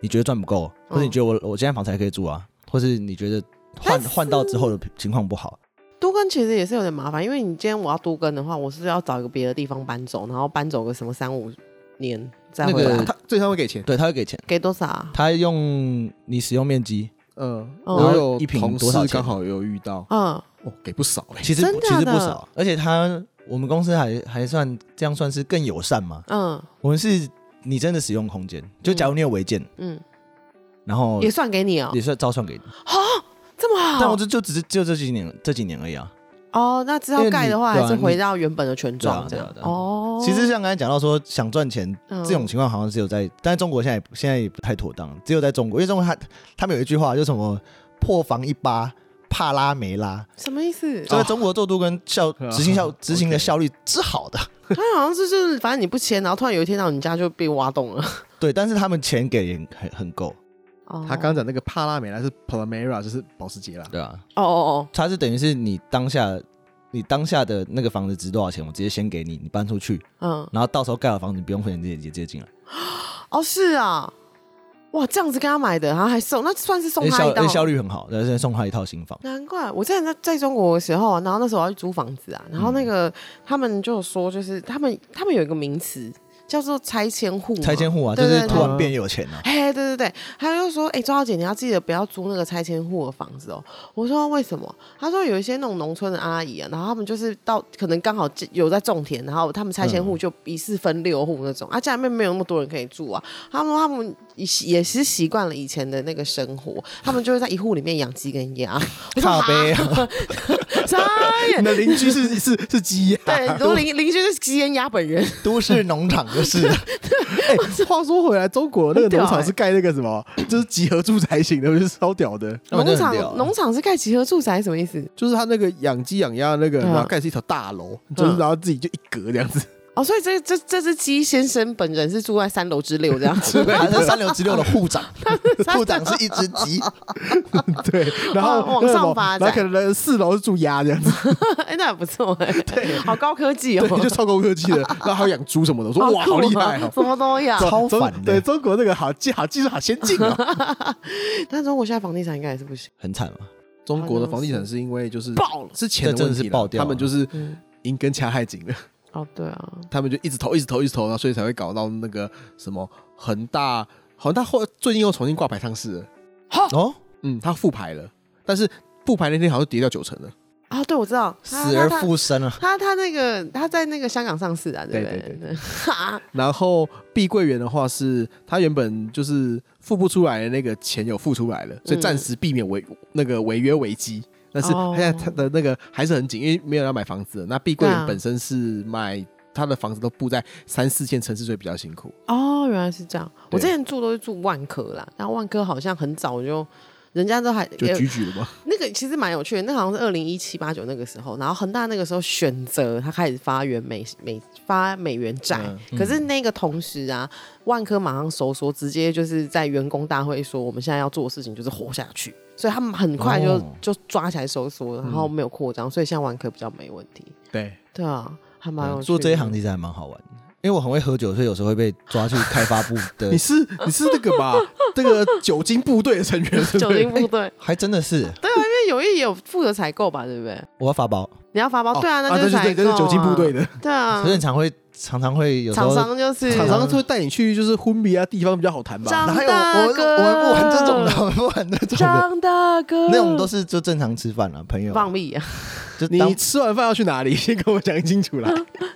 S1: 你觉得赚不够，或者你觉得我、我现在房子还可以住啊，或是你觉得换
S3: 但是
S1: 换到之后的情况不好，
S3: 多跟其实也是有点麻烦，因为你今天我要多跟的话，我是要找一个别的地方搬走，然后搬走个什么三五年再回来，
S1: 那个
S2: 他最上会给钱，
S1: 对他会给钱，
S3: 给多少啊？
S1: 他用你使用面积，
S2: 嗯，
S3: 哦
S2: 我有
S1: 一瓶
S2: 同
S1: 多少
S2: 事
S1: 钱
S2: 刚好有遇到，
S3: 嗯，
S2: 哦，给不少哎、
S1: 其实
S3: 真的
S1: 其实不
S3: 假的
S1: 少，而且他我们公司还还算这样算是更友善嘛，
S3: 嗯
S1: 我们是你真的使用空间，就假如你有违建，
S3: 嗯，
S1: 然后
S3: 也算给你哦
S1: 也，算照算给你。
S3: 这么
S1: 但
S3: 好
S1: 我就就只是就这几年这几年而已啊。
S3: 哦。那之后盖的
S1: 因
S3: 话，
S1: 为
S3: 还
S1: 你
S3: 是回到原本的权状这
S1: 对啊
S3: 样
S1: 对啊对啊
S3: 哦。
S1: 其实像刚才讲到说想赚钱、
S3: 嗯
S1: 这种情况，好像只有在，但是中国现在也现在也不太妥当，只有在中国，因为中国他他们有一句话就什么破防一巴。帕拉梅拉，
S3: 什么意思？哦
S1: 所以中国做都跟效
S2: 啊
S1: 执行效 *laughs*
S2: OK
S1: 执行的效率是好的，
S3: 他好像是就是，反正你不签，然后突然有一天到你家就被挖洞了。
S1: 对，但是他们钱给的很很够，
S3: 哦
S2: 他刚刚讲那个帕拉梅拉是 Palmera，就是保时
S1: *laughs*
S2: 捷啦。
S1: 对啊，
S3: 哦哦
S1: 它是等于是你当下你当下的那个房子值多少钱，我直接先给你，你搬出去，
S3: 哦，
S1: 然后到时候盖好房子，你不用付钱，直接直接进来。
S3: 嗯，哦是啊，哇，这样子跟他买的，然后还送，那算是送
S1: 因为
S3: 他
S1: 效
S3: 一道
S1: 因为。效率很好，然后现在送他一套新房。
S3: 难怪我之前在在中国的时候啊，然后那时候我要去租房子啊，然后那
S1: 嗯
S3: 个、他们就有说，就是他们他们有一个名词叫做拆迁户嘛，
S1: 拆迁户啊，就
S3: 嗯对
S1: 是
S3: 对对
S1: 突然变有钱啊。
S3: 哎，对对对，他就说，哎、周小姐，你要记得不要租那个拆迁户的房子哦。我说为什么？他说有一些那种农村的阿姨啊，然后他们就是到可能刚好有在种田，然后他们拆迁
S1: 嗯
S3: 户就一次分六户那种，啊，家里面没有那么多人可以住啊。他们他们也习也是习惯了以前的那个生活，他们就会在一户里面养鸡跟鸭。我说
S1: 靠背啊
S3: 哈傻眼
S2: 你。的邻居是是是鸡
S1: 啊
S2: 呀、
S3: 对，我邻邻居就是鸡跟鸭本人，
S1: 都市农场就是，
S3: *laughs*
S2: 哎、 *laughs* 话说回来，中国那个农场是
S3: 很
S2: 盖那个
S1: *laughs*
S2: 什么，就是集合住宅型的，就是超屌的。
S1: 他们
S3: 农
S1: 真的
S3: 场
S1: 很屌啊，
S3: 农场是盖集合住宅什么意思？
S2: 就是他那个养鸡养鸭那个，
S3: 嗯
S2: 然后盖是一条大楼，就是然后自己就一格这样子。
S3: 哦，所以这这这只鸡先生本人是住在三楼之
S2: *laughs*
S3: 六这样子
S1: 他是三流之六的护长，护长是一只鸡，
S2: *laughs* 对，然后那
S3: 往
S2: 个什
S3: 上
S2: 么
S3: 发
S2: 然
S3: 展
S2: 后可能四楼是住鸭这样
S1: *laughs*
S2: 子，
S3: 哎、那还不错哎、好高科技哦
S2: 对，， *laughs* 就超高
S1: *laughs*
S2: 科技的。然后还有养猪什么的，我
S3: 好
S2: 说哇，
S3: 酷
S2: 好
S3: 啊
S2: 厉害哦！
S3: 什么都要。
S1: 超
S2: 中
S1: 反
S2: 对
S1: 的，
S2: 中国那个好技好技术好先进哦。
S3: 但中国现在房地产应该也是不行，
S1: 很惨嘛。啊
S2: 中国的房地产是因为就是
S3: 爆了。
S2: 之前
S1: 这
S2: 的
S1: 真
S2: 问
S1: 的是
S2: 题啦
S1: 爆掉
S2: 他们就是
S3: 嗯，
S2: 银根掐害紧了， *laughs*
S3: 哦对啊，
S2: 他们就一直投一直投一直投，然后所以才会搞到那个什么恒大，恒大后最近又重新挂牌上市了，
S1: 哦，
S2: 嗯，它复牌了，但是复牌那天好像跌掉九成了。
S3: 啊，对，我知道，他
S1: 死而复生啊。
S3: 他他他那个他在那个香港上市啊，对不
S2: 对
S3: 对
S2: 对
S3: 对， *laughs* 哈，
S2: 然后碧桂园的话是，它原本就是付不出来的那个钱有付出来
S3: 嗯
S2: 了，所以暂时避免违、那个违约危机。但是
S3: 哦
S2: 它现在它的那个还是很紧，因为没有人要买房子了。那碧桂
S3: 对啊
S2: 园本身是卖它的房子都布在三四线城市，所以比较辛苦。
S3: 哦，原来是这样。我之
S2: 对
S3: 前住都是住万科啦，但万科好像很早就，人家都还
S2: 就
S3: 也
S2: 举举了嘛，
S3: 那个其实蛮有趣的，那好像是二零一七八九那个时候，然后恒大那个时候选择他开始发元美美发美元债，
S1: 嗯
S3: 可是那个同时啊，万科马上收缩，直接就是在员工大会说，我们现在要做的事情就是活下去，所以他们很快就、
S1: 哦
S3: 就抓起来收缩，然后没有扩张，所以现在万科比较没问题。
S2: 对，
S3: *laughs* 对啊，还蛮有趣的
S1: 做这一
S3: *laughs*
S1: 行其实还蛮好玩的，因为我很会喝酒，所以有时候会被抓去开发部的
S2: 你，是你是那个
S3: *laughs*
S2: 吧，那个酒精部队的成员，对不
S3: 酒
S2: 对
S3: 精部队，
S1: 还真的是
S3: 因为友谊也有负责采购吧，对不对？
S1: 我要发包，
S3: 你要发包，
S2: 哦
S3: 对啊，那
S2: 啊，
S3: 就
S2: 对
S3: 是采购、
S2: 对对，这是酒精部队，的。
S3: 对啊
S1: 所以，常会常常会有时
S3: 厂
S1: 候
S3: 商就是
S2: 厂商会带你去就是昏迷啊地方比较好谈吧，
S3: 这样
S1: 哪有
S3: 大
S1: 我我
S3: 哥
S1: 们不玩这种的，我 *laughs* 们不玩那种的，
S3: 张大哥，
S1: 那我们都是就正常吃饭了，朋友
S3: 放屁啊！ *laughs*
S1: 就当
S2: 你吃完饭要去哪里？ *laughs* 先跟我讲清楚来。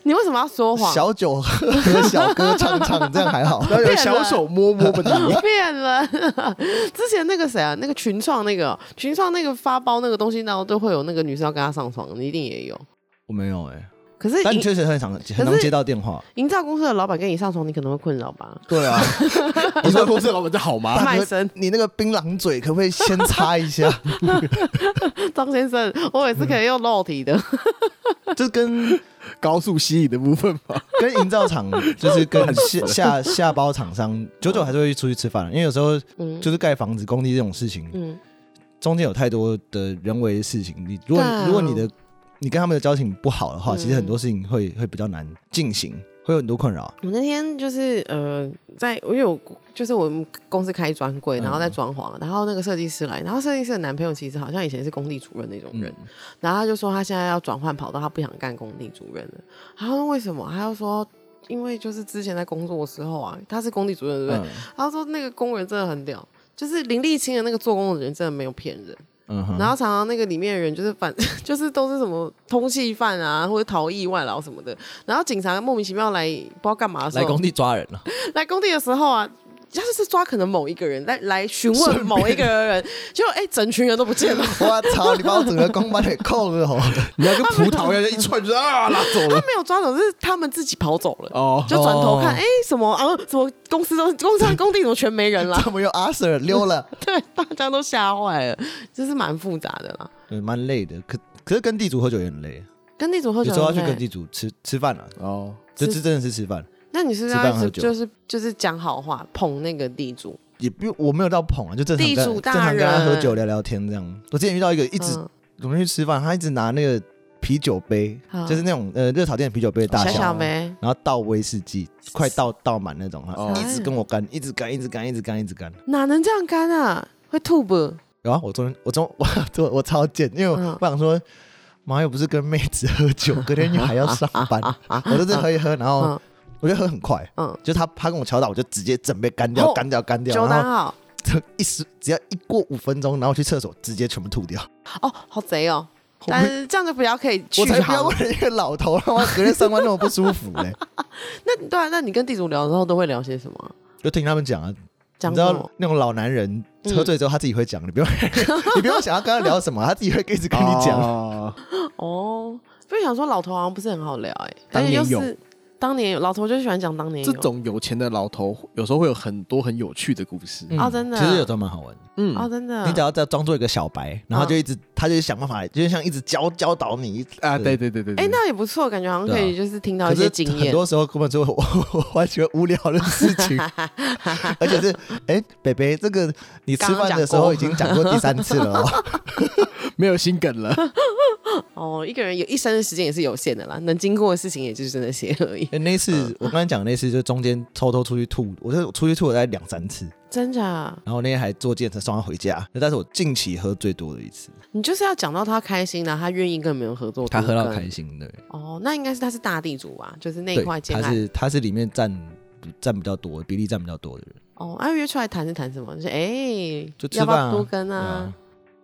S3: 你为什么要说谎？ *laughs*
S1: 小酒喝喝小歌唱唱，这样还好。
S2: 然后有小手摸摸不你
S3: 骗人！之前那个谁啊，那个群创那个群创那个发包那个东西，然后都会有那个女生要跟他上床，你一定也有。
S1: 我没有哎，
S3: 可是
S1: 但
S3: 营
S1: 确实很常很常接到电话。
S3: 营造公司的老板跟你上床，你可能会困扰吧？ *laughs*
S1: 对啊，
S2: *laughs* 你说公司老板这好吗？
S3: 卖身，
S1: 你那个槟榔嘴可不可以先擦一
S3: *laughs*
S1: 下？
S3: 张先生，我也是可以用肉
S1: *laughs*
S3: 体的，
S1: 就跟
S2: 高速吸引的部分吗？
S1: 跟营造厂，就是跟下下下包厂商，久久还是会出去吃饭，啊因为有时候
S3: 嗯
S1: 就是盖房子、工地这种事情，
S3: 嗯，
S1: 中间有太多的人为的事情。你如果
S3: 对啊
S1: 如果你的你跟他们的交情不好的话，
S3: 嗯
S1: 其实很多事情会会比较难进行，会有很多困扰。啊
S3: 我那天就是呃，在我有就是我们公司开专柜，然后在装潢，然后那个设计师来，然后设计师的男朋友其实好像以前是工地主任那种人，然后他就说他现在要转换跑道，他不想干工地主任了。然后说为什么？他就说因为就是之前在工作的时候啊，他是工地主任对不
S1: 嗯
S3: 对？他说那个工人真的很屌。就是林立清的那个做工的人真的没有骗人，
S1: 嗯哼，
S3: 然后常常那个里面的人就是反 *laughs* 就是都是什么通缉犯啊，或者逃逸外劳什么的，然后警察莫名其妙来不知道干嘛的时
S1: 来
S3: 候
S1: 工，地抓人了，啊 *laughs*
S3: 来工地的时候啊，他就是抓可能某一个人来来询问某一个人，结果哎、整群人都不见了。 *laughs*
S1: 我操！你把我整个工班给扣了哦。
S2: 你要跟葡萄一样一串就是啊拉走
S3: 他
S2: 了
S3: 没有抓走，是他们自己跑走了，
S2: 哦。
S3: 就转头看，
S1: 哦
S3: 哎、什么啊？什么公司都工厂工地怎么全没 *laughs* 人啦？
S1: 他们有阿 Sir 溜了，
S3: *laughs* 对，大家都吓坏了，就是蛮复杂的啦。
S1: 对，蛮累的。可可是跟地主喝酒也很累，
S3: 跟地主喝
S1: 有
S3: 酒
S1: 时候要
S3: 很
S1: 去
S3: 累，
S1: 跟地主吃吃饭啊了，
S2: 哦，
S1: 这
S3: 吃
S1: 这真的是吃饭，
S3: 那你是不是
S1: 吃饭
S3: 要
S1: 喝
S3: 一直
S1: 酒
S3: 就是就是讲好话，捧那个地主？
S1: 也不我没有到捧啊，就正常
S3: 地
S1: 跟
S3: 主大
S1: 正常跟他喝
S3: 人
S1: 酒聊聊天这样。我之前遇到一个一直
S3: 嗯
S1: 我们去吃饭，他一直拿那个啤酒杯
S3: 啊，
S1: 就是那种呃热炒店的啤酒杯的大
S3: 小
S1: 小，
S3: 小梅，
S1: 然后倒威士忌，快倒倒满那种，他
S2: 哦
S1: 一直跟我干，一直干，一直干，一直干，一直干。
S3: 哪能这样干啊？会吐不？
S1: 有啊，我昨天我中 *laughs* 我我我超贱，因为
S3: 嗯
S1: 我我想说，妈又不是跟妹子喝酒，隔天又还要上
S3: *laughs*
S1: 班，我就在喝一喝，然后
S3: 嗯
S1: 我就喝很快，
S3: 嗯，
S1: 就他他跟我敲打，我就直接整杯干掉
S3: 哦，
S1: 干掉，干掉，
S3: 酒
S1: 然
S3: 胆
S1: 后
S3: 好
S1: 就一时只要一过五分钟，然后我去厕所直接全部吐掉，
S3: 哦，好贼哦！但是这样就比较可以去
S1: 我才不要
S3: 好了
S1: 为了一个老头，让我隔天上班那么不舒服嘞。
S3: 那对啊，那你跟地主聊的时候都会聊些什么啊？
S1: *laughs* 就听他们讲啊，
S3: 讲
S1: 你知
S3: 什
S1: 道
S3: 么？
S1: 那种老男人
S3: 嗯
S1: 喝醉之后他自己会讲，你不 *laughs* 用你不用想要跟他聊什么，他自己会一直跟你讲。
S2: 哦
S3: 哦，所以想说老头好像不是很好聊哎、
S2: 当
S3: 而且
S2: 年
S3: 又
S2: 有
S3: 是当年有老头就喜欢讲当年有
S2: 这种有钱的老头有时候会有很多很有趣的故事。
S1: 嗯
S3: 哦真的
S1: 其实有时候蛮好玩的。
S2: 嗯
S3: 哦，真的，
S1: 你只要再装作一个小白，然后
S3: 嗯
S1: 就一直，他就想办法，就是像一直教教导你
S2: 啊，对。对对对对。
S3: 哎、那也不错，感觉好像可以
S1: 对啊
S3: 就是听到
S1: 可
S3: 一些
S1: 是
S3: 经
S1: 很
S3: 验。
S1: 多时候根本就 *laughs* 我我完全无聊的事 *laughs* 情，而且是哎，北、北这个你吃饭的时候已经讲过第三次了
S3: *laughs*
S1: 哦，
S2: 没有心梗 *laughs* 了，
S3: 哦，一个人有一生的时间也是有限的啦，能经过的事 *laughs* 情也就是那些而已。
S1: 哎那一
S3: 嗯
S1: 次我刚才讲的那次，就中间偷偷出去吐，我就出去吐了大概两三次，
S3: 真假？
S1: 然后那天还坐电车送他回家，那但是我近期喝最多的一次，
S3: 你就是要讲到他开心然后他愿意跟别人合作，
S1: 他喝到
S3: 多跟
S1: 开。心的，
S3: 哦，那应该是他是大地主吧，就是那一
S1: 对
S3: 块，建
S1: 他
S3: 案。
S1: 是他是里面占占比较多，比例占比较多的人。
S3: 哦，啊，约出来谈是谈什么？就是哎，
S1: 就吃
S3: 要不
S1: 饭
S3: 要
S1: 啊
S3: 多跟
S1: 对
S3: 啊
S1: 啊？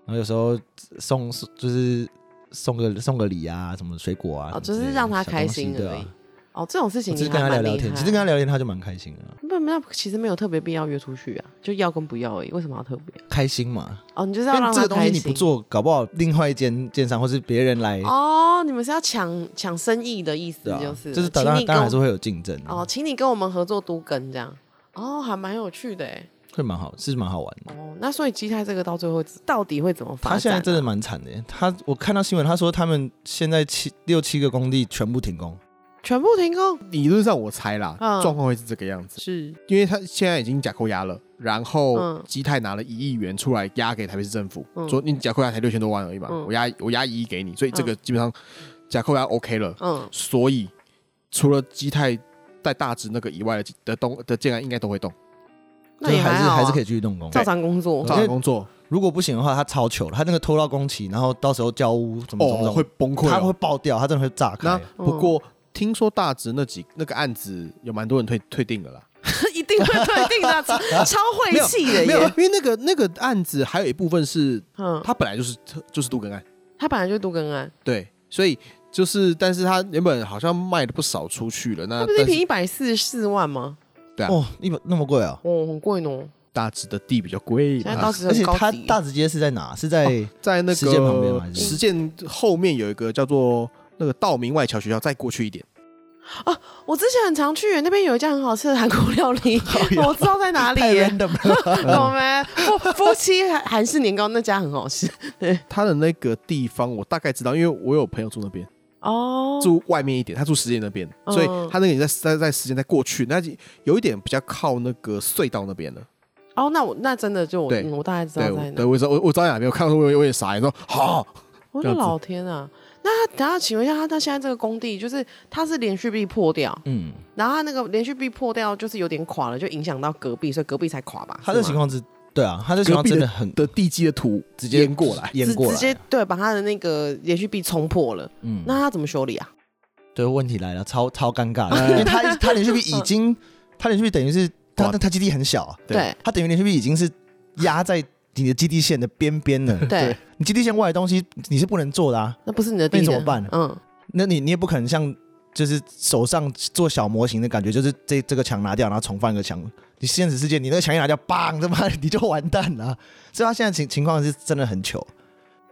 S1: 然后有时候送送就是送个送个礼啊，什么水果啊，
S3: 哦
S1: 什么之
S3: 就是
S1: 类的
S3: 让他
S1: 小
S3: 开
S1: 东西
S3: 心
S1: 对
S3: 而已
S1: 啊。
S3: 哦，这种事情
S1: 我只
S3: 你
S1: 是
S3: 还
S1: 跟他聊
S3: 蛮
S1: 聊
S3: 厉
S1: 天，
S3: 害
S1: 其实跟他聊聊天他就蛮开心的啊，
S3: 不，那其实没有特别必要约出去啊，就要跟不要而已。为什么要特别？
S1: 开心嘛。
S3: 哦，你就是
S1: 因
S3: 要
S1: 为
S3: 让
S1: 这
S3: 他
S1: 个东
S3: 开
S1: 西
S3: 心。
S1: 你不做，搞不好另外一间建商或是别人来，
S3: 哦，你们是要抢抢生意的意思，
S1: 对啊，
S3: 就是
S1: 就是当
S3: 请
S1: 然
S3: 你
S1: 当
S3: 跟
S1: 然
S3: 我
S1: 还是会有竞争的，
S3: 哦，请你跟我们合作都跟这样。哦，还蛮有趣的哎。
S1: 会蛮好，是蛮好玩的。
S3: 哦，那所以基泰这个到最后到底会怎么发展啊、
S1: 他现在真的蛮惨的耶，他我看到新闻，他说他们现在七六七个工地全部停工，
S3: 全部停工，
S2: 理论上我猜啦，
S3: 嗯
S2: 状况会是这个样子，
S3: 是
S2: 因为他现在已经假扣押了，然后
S3: 嗯
S2: 基泰拿了一亿元出来押给台北市政府，
S3: 嗯
S2: 说你假扣押才六千多万而已嘛，
S3: 嗯
S2: 我押我押一亿给你，所以这个基本上假扣押 OK 了，
S3: 嗯，
S2: 所以除了基泰在大直那个以外的的东的建案应该都会动，
S3: 那
S1: 就
S3: 也
S1: 还是
S3: 好、啊，
S1: 还是可以继续动工。
S3: 照常工作
S1: 对。
S2: 照常工作
S1: 如果不行的话，他超糗了，他那个拖到工期，然后到时候交屋怎么怎么
S2: 哦
S1: 怎
S2: 会
S1: 么，
S2: 崩溃、
S1: 他会
S2: 哦。
S1: 爆掉，他真的会炸
S2: 那
S1: 开。
S3: 嗯
S2: 不过听说大直那几那个案子有蛮多人退退定了啦。
S3: *laughs* 一定会退定的，超超晦气的
S2: 没有，
S3: 耶。
S2: 因为那个那个案子还有一部分是
S3: 嗯，
S2: 它本来就是就是杜根案，
S3: 他本来就多更安，
S2: 对，所以就是但是它原本好像卖了不少出去了，那
S1: 呃
S3: 他不是一
S2: 但
S3: 瓶
S2: 是
S3: 一百四十四万吗？
S2: 对啊
S1: 哦，一百那么贵啊！
S3: 哦，很贵呢。
S2: 大直的地比较贵
S3: 现在
S2: 啦，
S3: 到时
S1: 而且
S3: 很高
S1: 他
S3: 级。哦
S1: 大直街是在哪？是在
S2: 在那个
S1: 实践旁边吗还是
S2: 实践后面有一个叫做那个道明外侨学校，再过去一点，
S3: 我之前很常去那边有一家很好吃的韩国料
S1: *laughs*
S3: 理，我知道在哪里
S1: 太
S3: 耶，
S1: random 了。
S3: 懂没？夫夫妻韩韩式年糕那家很好吃
S2: 它的那个地方我大概知道，因为我有朋友住那边，
S3: 哦。
S2: 住外面一点，他住实践那边，
S3: 嗯
S2: 所以他那个也在在在实践再过去，那有一点比较靠那个隧道那边了。
S3: 哦，那我那真的就我
S2: 对
S3: 嗯我大概知道
S2: 对
S3: 在哪
S2: 对，。我知道我我知道哪边，我看到我有点傻眼，说好。
S3: 我
S2: 这样
S3: 的
S2: 子
S3: 老天啊！那他等下请问一下，他他现在这个工地就是它是连续壁破掉，
S1: 嗯，
S3: 然后他那个连续壁破掉就是有点垮了，就影响到隔壁，所以隔壁才垮吧？
S1: 他
S3: 是
S1: 这
S3: 吗
S1: 情况是，对啊，他这情况真的很
S2: 的地基的土直接淹过来，
S1: 淹
S3: 直
S1: 过
S3: 直接
S1: 来。
S3: 对把他的那个连续壁冲破了，
S1: 嗯，
S3: 那他怎么修理
S1: *laughs*
S3: 啊？
S1: 对，问题来了，超超尴尬
S3: 嗯
S1: 的，因为他他连续币已经，他连续币等于是他
S2: 哇
S1: 他基地很小啊，
S2: 对
S3: 对
S1: 他等于连续币已经是压在你的基地线的边边了。
S3: 对，
S1: 你基地线外的东西你是不能做的啊，
S3: 那不是你的
S1: 那
S3: 地
S1: 你怎
S3: 的
S1: 么办
S3: 嗯，
S1: 那你你也不可能像就是手上做小模型的感觉，就是这这个墙拿掉，然后重放一个墙。你现实世界，你那个墙一拿掉，砰，他妈的你就完蛋了啊。所以他现在情情况是真的很糗。
S3: 啊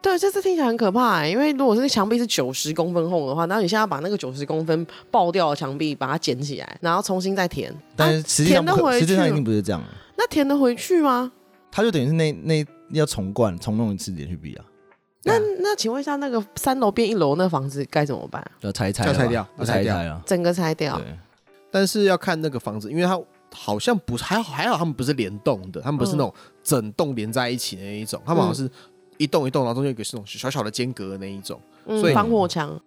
S3: 对，这次听起来很可怕、欸，因为如果是墙壁是九十公分厚的话，然后你现在要把那个九十公分爆掉的墙壁把它捡起来，然后重新再填，
S1: 但是
S3: 啊
S1: 实际上
S3: 填得
S1: 不可，
S3: 回
S1: 实际上
S3: 去
S1: 一定不是这样。啊
S3: 那填得回去吗？
S1: 他就等于是那那要重灌重弄一次连续币啊，
S3: 那那请问一下，那个三楼变一楼那房子该怎么办啊？
S1: 要拆一拆
S2: 要
S1: 了
S2: 拆
S1: 吧
S2: 掉哦
S1: 要
S2: 要
S1: 拆
S2: 拆
S1: 一
S2: 掉
S1: 拆啊。
S3: 整个拆掉
S1: 对，，
S2: 但是要看那个房子，因为它好像不是，还好还好，他们不是联动的，他们不是那种整栋连在一起的那一种，他们好像是一栋一栋，然后中间有一个是那种小小的间隔的那一种
S3: 嗯
S2: 所以
S3: 防火墙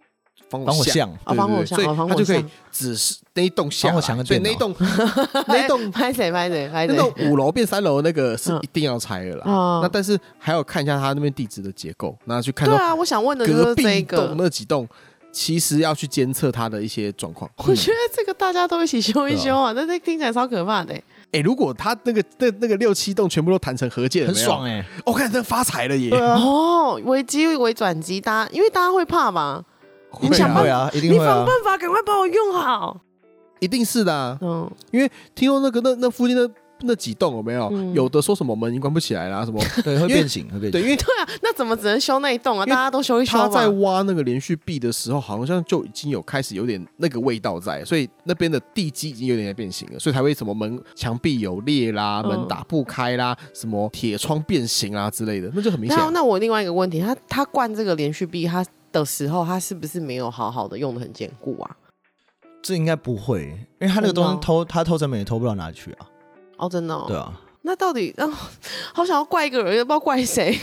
S2: 防
S1: 防火
S2: 巷。
S1: 巷，
S3: 啊，
S2: 对
S3: 防火
S2: 对
S3: 墙
S2: 所以
S3: 啊，防
S2: 它
S3: 火
S2: 就可以
S3: *laughs* 墙，
S2: 只是那一栋下
S1: 防火
S2: 来，
S1: 墙的
S2: 所以
S1: 电
S2: 那
S1: 脑
S2: 一栋那一
S3: *laughs*
S2: 栋
S3: 拍谁拍谁拍
S2: 那
S3: 谁
S2: 栋五楼变三楼那个是
S3: 嗯
S2: 一定要拆的啦。
S3: 啊
S2: 那但是还要看一下它那边地质的结构，然后去看
S3: 对
S2: 说
S3: 啊，我想问的就
S2: 隔
S3: 是
S2: 壁
S3: 这
S2: 栋
S3: 个。
S2: 那几栋，其实要去监测它的一些状况。
S3: *laughs* 我觉得这个大家都一起修一
S1: 对啊
S3: 修啊，但是听起来超可怕的
S2: 哎、
S3: 欸、
S2: 如果他那个那那个六七栋全部都谈成合建，
S1: 很爽
S2: 哎、
S1: 哎。
S2: 我、看真发财了耶！
S3: 哦，危机为转机，大家因为大家会怕吧？
S1: 一
S2: 会啊
S3: 你
S1: 定
S3: 想
S1: 会啊，一定
S3: 你
S1: 会
S3: 想
S1: 啊。
S3: 办法赶快把我用好。
S2: 一定是的、啊。
S3: 嗯，
S2: 听说那个那那附近的那几栋有没有、
S3: 嗯
S2: 有的说什么门已经关不起来
S1: *laughs*
S2: 啦、什么？
S1: 对，会
S2: 因为
S1: 变形，会变
S2: 对，
S1: 形。
S2: 因为
S3: 对啊，那怎么只能修那一栋啊？
S2: 因为
S3: 大家都修一修
S2: 他
S3: 吧。
S2: 在挖那个连续壁的时候，好像就已经有开始有点那个味道在，所以那边的地基已经有点在变形了，所以才会什么门墙壁有裂啦，
S3: 嗯
S2: 门打不开啦，什么铁窗变形啦之类的，那就很明显
S3: 那
S2: 啊。
S3: 那我另外一个问题，他他灌这个连续币，他的时候，他是不是没有好好的用的很坚固啊？
S1: 这应该不会，因为他那个东西
S3: 真的哦
S1: 偷，他偷成本也偷不到哪去啊。
S3: 哦，真的、哦。
S1: 对啊，
S3: 那到底， *laughs* 哦，好想要怪一个人，也不知道
S1: *laughs*
S3: 怪谁。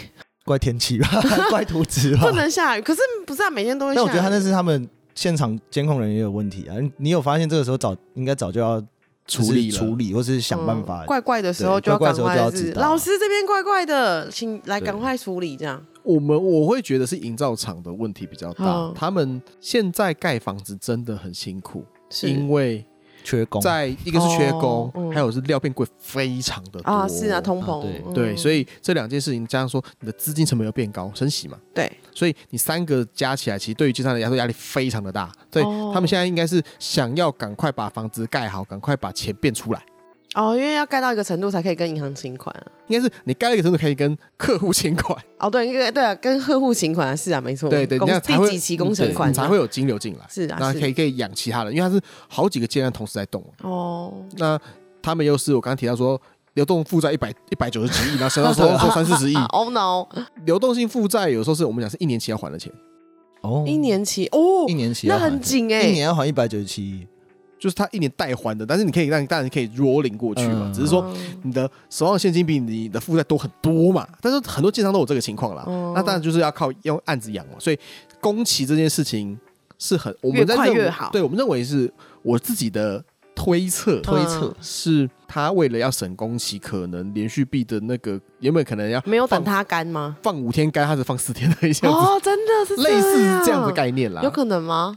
S1: 怪天气吧， *laughs* 怪图纸吧
S3: 不。能下雨，可是不是啊，每天都会下
S1: 但
S3: 雨。
S1: 我觉得他那是他们现场监控人员也有问题啊。你有发现这个时候早应该早就要就是
S2: 处理了
S1: 处理，或是想办法
S3: 嗯。怪怪的时候
S1: 对
S3: 就要赶
S1: 怪怪
S3: 快
S1: 的时候就要
S3: 是
S1: 知道
S3: 老师这边怪怪的，请来
S1: 对
S3: 赶快处理这样。
S2: 我们我会觉得是营造厂的问题比较大，
S3: 嗯
S2: 他们现在盖房子真的很辛苦，
S3: 是嗯
S2: 因为
S1: 缺工，
S2: 在一个是缺工
S3: 哦，嗯
S2: 还有是料变贵非常的多
S3: 啊，是啊，通膨，
S1: 啊对
S3: 嗯
S2: 对，所以这两件事情加上说你的资金成本又变高，升息嘛，
S3: 对，
S2: 所以你三个加起来，其实对于建商来说压力非常的大。对、
S3: 哦
S2: 他们现在应该是想要赶快把房子盖好，赶快把钱变出来。
S3: 哦，因为要盖到一个程度才可以跟银行请款啊。
S2: 应该是你盖了一个程度可以跟客户请
S3: *laughs*
S2: 款，
S3: 哦，对，因为对啊，跟客户请款啊，是啊，没错，
S2: 对对，
S3: 公
S2: 这样才
S3: 第
S2: 会
S3: 几期工程款
S2: 你
S3: 啊
S2: 才会有金流进来，
S3: 是啊
S2: 那
S3: 是
S2: 可以可以养其他人，因为它是好几个阶段同时在动。
S3: 哦，
S2: 那他们又是我刚刚提到说。流动负债一百一百九十几亿，然后想到说
S3: *laughs*
S2: 说三四十亿，
S3: 啊，Oh no，
S2: 流动性负债有时候是我们讲是一年期要还的钱，
S1: 哦，
S3: 一年期哦
S1: 一，年期要
S3: 那
S1: 还
S3: 很紧哎，
S1: 一年要还一百九十七，
S2: 就是他一年代还的，但是你可以让当然可以 rolling 过去嘛，
S1: 嗯
S2: 只是说
S3: 嗯
S2: 你的手上现金比你的负债多很多嘛。但是很多建商都有这个情况啦，
S3: 哦
S2: 那当然就是要靠用案子养嘛。所以工期这件事情是很我
S3: 越
S2: 们在
S3: 快
S2: 认为
S3: 越好嗯
S2: 对我们认为是我自己的推测。
S3: 推测
S2: 是他为了要省工期，可能连续币的那个原本可能要
S3: 没有
S2: 放
S3: 等它干吗？
S2: 放五天干，他只放四天而已，这样子，
S3: 嗯哦，真的是
S2: 类似这样的
S3: 觉，
S2: 概念啦。
S3: 有可能吗？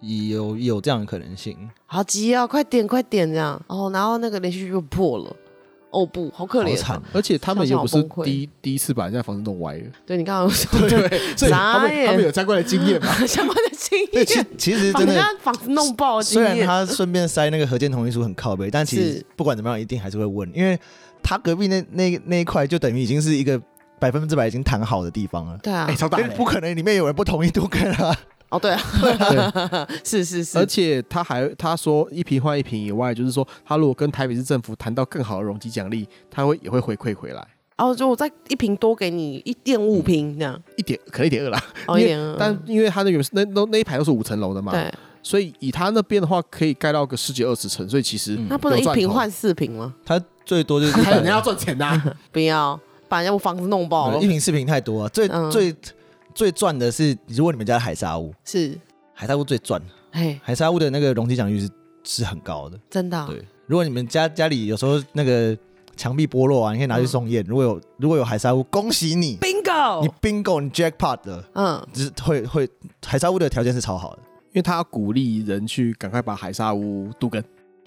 S1: 有有这样的可能性，
S3: 好急啊，快点快点这样哦，然后那个连续剧就破了，哦不，好可
S1: 好
S3: 怜啊，
S1: 惨，
S2: 而且他们也不是
S3: 想想好崩溃
S2: 第一第一次把人家房子弄歪了，
S3: 对你刚刚有说
S2: 对，所以他
S3: 傻
S2: 们
S3: 眼
S2: 他们有相关的经验
S3: *laughs*
S2: 嘛？
S3: 的相关的经
S1: 对，其
S3: 验，
S1: 其实
S3: 把
S1: 真
S3: 人
S1: 的。
S3: 家房子弄爆的经
S1: 虽然
S3: 验，
S1: 他顺便塞那个合建同意书很靠背，但其实
S3: 是
S1: 不管怎么样，一定还是会问，因为他隔壁那那那一块就等于已经是一个百分之百已经谈好的地方了，
S3: 对啊
S2: 哎，，超大
S1: 但
S2: 的
S1: 不可能里面有人不同意杜根啊。
S3: 哦对啊， *laughs* 是是是
S2: 而，且他还他说一瓶换一瓶以外，就是说他如果跟台北市政府谈到更好的容积奖励，他会也会回馈回来
S3: 哦就我再一瓶多给你一点五瓶这样，
S2: 一点，可能一点二啦。
S3: 哦一
S2: 因为
S3: 点
S1: 嗯
S3: 二，
S2: 但因为他那原本是那那那一排都是五层楼的嘛，嗯
S3: 对，
S2: 所以以他那边的话，可以盖到个十几二十层，所以其实
S1: 嗯
S3: 那不能一
S2: 有赚头
S3: 瓶换四瓶吗？
S1: *laughs* 他最多就是
S2: 还有人家要赚钱啊呐、
S3: 不要，把人家我房子弄爆
S1: 一
S3: 了，
S1: 瓶视频太多啊，最、
S3: 嗯
S1: 最最赚的是，如果你们家的海沙屋，
S3: 是，
S1: 海沙屋最赚，
S3: 哎，
S1: 海沙屋的那个容积奖率是是很高的。
S3: 真的啊，
S1: 对，如果你们家家里有时候那个墙壁剥落啊，你可以拿
S3: 嗯
S1: 去送验。如果有如果有海沙屋，恭喜你，你
S3: ，bingo，
S1: bingo 你 jackpot 的，
S3: 嗯，
S1: 就是会会海沙屋的条件是超好的。
S2: 因为他要鼓励人去赶快把海沙屋杜根。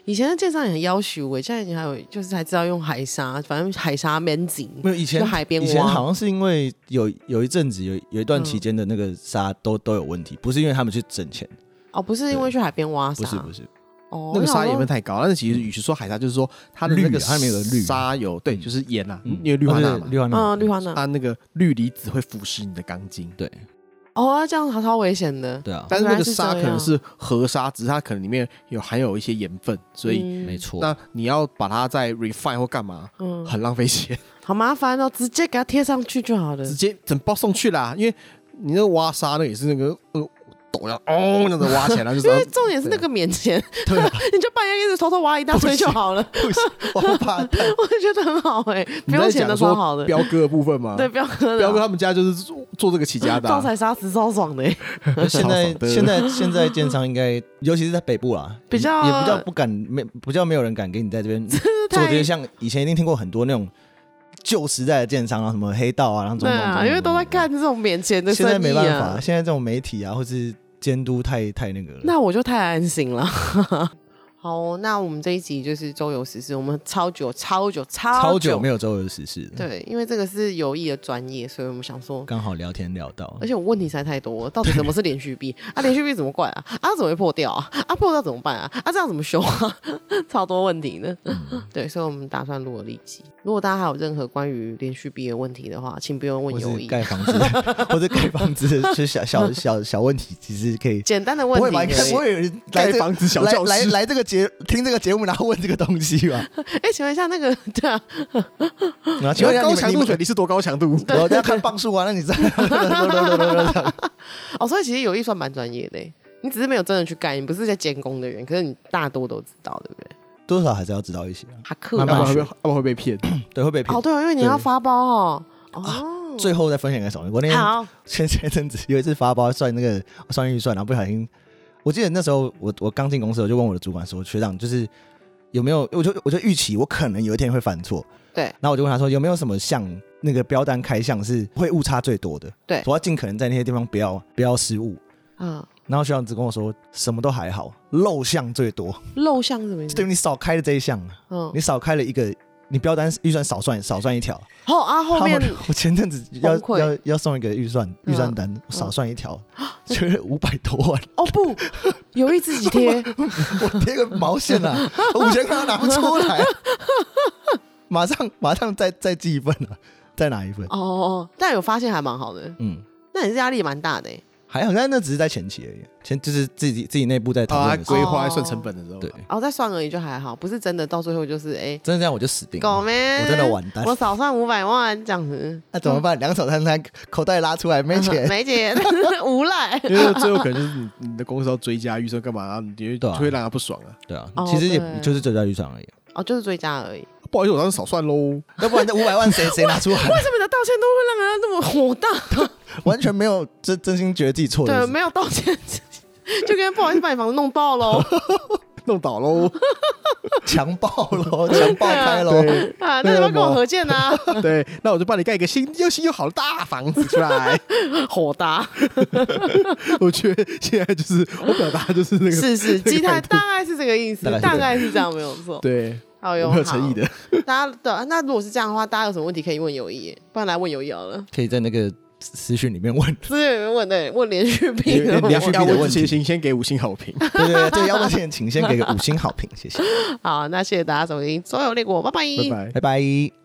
S3: 以前的介绍也很要求诶，现在你还有就是还知道用海沙，反正海沙面景，
S1: 没有以前
S3: 就海边嗯
S1: 以前好
S3: 挖，
S1: 像是因为有有一阵子有有一段期间的那个沙都、都有问题，不是因为他们去挣钱，
S3: 哦，不是因为去海边挖
S1: 不
S3: 沙
S1: 是，不是，
S3: 哦，
S2: 那个沙盐
S3: 也
S2: 分太高，但是其实与其说海沙，就是说它的那
S1: 绿
S2: 个
S1: 啊它里面有个绿
S2: 沙有对，
S1: 嗯
S2: 就是盐呐、啊，
S1: 嗯
S2: 因为氯化钠
S1: 哦
S2: 嘛
S1: 对，氯化钠，
S3: 嗯，绿化钠，
S2: 它那个氯离子会腐蚀你的钢筋。
S1: 对
S3: 哦，那这样超危险的，
S1: 对啊，
S2: 但是那个
S3: 哦原来是
S2: 沙可
S3: 这样
S2: 能是河沙，只是它可能里面有含有一些盐分，所以、
S1: *laughs*
S3: 嗯
S1: 没，错。
S2: 那你要把它再 refine 或干嘛，
S3: 嗯，
S2: 很浪费钱， *laughs*
S3: 好麻烦哦，直接给它贴上去就好了
S2: 直，接整包送去啦。因为你那个挖沙那个也是那个呃抖呀哦那样子挖起来，然后就
S3: 因为哎 *laughs* 重点是那个免钱，
S2: 对啊
S3: *laughs* 你就半夜一直偷偷挖一大堆就好了， *laughs*
S1: 不行，我怕烫
S3: 我觉得很好哎，不
S2: 你
S3: 用
S2: 在
S3: 钱的
S2: 讲
S3: 超
S2: 说
S3: 好的，
S2: 彪哥的部分
S1: 啊
S2: 嘛，
S3: 对，，彪哥的，
S2: 彪哥他们家就是做做这个起家的啊、
S3: 招财杀死超爽的欸，
S1: 现
S2: 超爽
S1: 在
S2: 的
S1: 现在现在建商应该，尤其是在北部啦，
S3: 比较
S1: 也比较不敢没比较没有人敢给你在这边做这些，像以前一定听过很多那种旧时代的建商啊，什么黑道啊，然后种
S3: 对
S1: 种
S3: 啊，因为都在。干这种免钱的
S1: 种种
S3: 生
S1: 现
S3: 意啊。
S1: 在没办法，现在这种媒体啊，或是监督太太那个了。
S3: 那我就太安心了。 *laughs* 好，那我们这一集就是周游时事，我们超久、超久、超
S1: 超久没有周游时事了，
S3: 哦对，因为这个是有意的专业，所以我们想说，
S1: 刚好聊天聊到
S3: 而，且我 *laughs* 问题实在太多了，到底什么是连续
S1: *laughs*
S3: 币啊？连续币怎么怪啊？啊，怎么会破掉啊？啊，破掉怎么办啊？啊，这样怎么修啊？ *laughs* 超多问题呢。
S1: 嗯
S3: 对，所以我们打算录了一集。如果大家还有任何关于连续币的问题的话，请不用问
S1: 或
S3: 友
S1: 是
S3: 谊。
S1: 盖房子， *laughs* 或者盖房子的是小小小小问题，其实可以。
S3: 简单的问
S1: 不会
S3: 题
S1: 吧？
S3: 而
S1: 你看，不
S3: 已，
S1: 会有人来
S2: 盖
S1: 这
S2: 房子小
S1: 来
S2: 教
S1: 来
S2: 室，
S1: 来这个节听这个节目，然后问这个东西 *laughs* 吧。
S3: 哎、请问一下，那个 *laughs* 对啊，
S1: 然后请问
S2: 请问
S1: 一下
S2: 高
S1: 你们
S2: 强
S1: 你
S2: 度
S1: 们
S2: 水泥是多高强度？
S1: 我 *laughs* 在看磅数啊，那你在
S3: 哦，所以其实有意算蛮专业的欸，你只是没有真的去干，你不是在监工的人，可是你大多都知道，对不对？
S1: 多少还是要知道一些啊，
S3: 哈克
S2: 要
S1: 慢慢
S2: 不然会
S1: 学
S2: 被要不然会被骗。
S1: 对，会被骗
S3: 哦哦，。对哦，因为你要
S1: 对啊
S3: 发包哦，哦，
S1: 最后再分享给小林。我那天
S3: 好，
S1: *laughs* 前前阵子有一次发包算那个算预算，然后不小心，我记得那时候我我刚进公司，我就问我的主管说：“学长，就是有没有？”我就我就预期我可能有一天会犯错，
S3: 对，
S1: 然后我就问他说：“有没有什么项那个标单开项是会误差最多的？”
S3: 对
S1: 我要尽可能在那些地方不要不要失误。
S3: 嗯，
S1: 然后学长只跟我说什么都还好，漏项最多，
S3: 漏项是什么意
S1: 就
S3: 思？
S1: 等于你少开了这一项了，
S3: 嗯
S1: 你，少开了一个，你标单预算少算少算一条。
S3: 后啊后面
S1: 他们我前阵子要
S3: 崩溃
S1: 要要送一个预算
S3: 嗯啊
S1: 预算单，我少算一条， *laughs* 就是五百多万，
S3: 哦
S1: *laughs*
S3: 不，有意自己贴，
S1: 我贴个毛线
S3: *laughs*
S1: 啊，五千块都拿不出来，啊马上马上再再寄一份啊，再拿一份，
S3: 哦哦，哦，但有发现还蛮好的，
S1: 嗯。
S3: 那你是压力也蛮大的欸
S1: 还好，但那只是在前期而已，前就是自己自己内部在讨
S2: 啊，他
S1: 论的时候，
S2: 规划在算成本的时候吧，
S1: 对，
S3: 哦，再算而已就还好，不是真的到最后就是哎，
S1: 真的这样我就死定了，
S3: 狗咩，
S1: 我真的完蛋
S3: 我少算五百万这样子，
S1: 那怎么办？两手摊开，口袋拉出来没
S3: *laughs*
S1: 钱，
S3: 没钱，无赖。
S2: *laughs* 因为最后可能就是你你的公司要追加预算干嘛，然后你就
S1: 对啊
S2: 会让他不爽啊。
S1: 对啊
S3: 哦，
S1: 其实
S3: 对
S1: 也就是追加预算而已，
S3: 哦，就是追加而已。
S2: 不
S3: 为
S2: 好意思，我当时少算喽。
S1: 要不然这五百万谁谁拿出来？ *laughs*
S3: 什么你的道歉都会让人家那么火大？
S1: 完全没有真真心觉得自己错
S3: 对，
S1: 的，
S3: 没有道歉， *laughs* 就跟不好意思把你房子弄
S2: *laughs*
S3: 爆喽
S2: *laughs* 弄倒喽，
S1: 强暴喽， *laughs* 强暴开喽，
S2: 对
S3: 啊！那你要跟我啊和解呐、
S2: 对，那我就帮你盖一个新又新又好的大房子出来。 *laughs*
S3: 火大
S2: 我觉得现在就是我表达就是那个
S3: 是是，
S2: 那个
S3: 基
S2: 态
S3: 态
S2: 度
S3: 大概是这个意思
S1: 大概，是这
S3: 大
S1: 样
S3: 概是这样，没有错。
S2: 对，
S3: 哎好
S2: 我
S3: 有
S2: 没有诚意的。
S3: 大家对，那如果是这样的话，大家有什么问题可以问友谊耶，不然来问友谊好了。
S1: 可以在那个私讯里面问，
S3: 资源员问的问连续
S2: 你
S3: 病的哦
S2: 你要
S3: 问
S1: 续病
S3: 题
S1: 的
S2: 要问
S1: 问题
S2: 先行先给五星好评，
S1: 对对对，这个要问之前请先给个五星好评，谢谢，
S3: 好，那谢谢大家收听《所有列国》，拜
S2: 拜拜。
S1: 拜拜。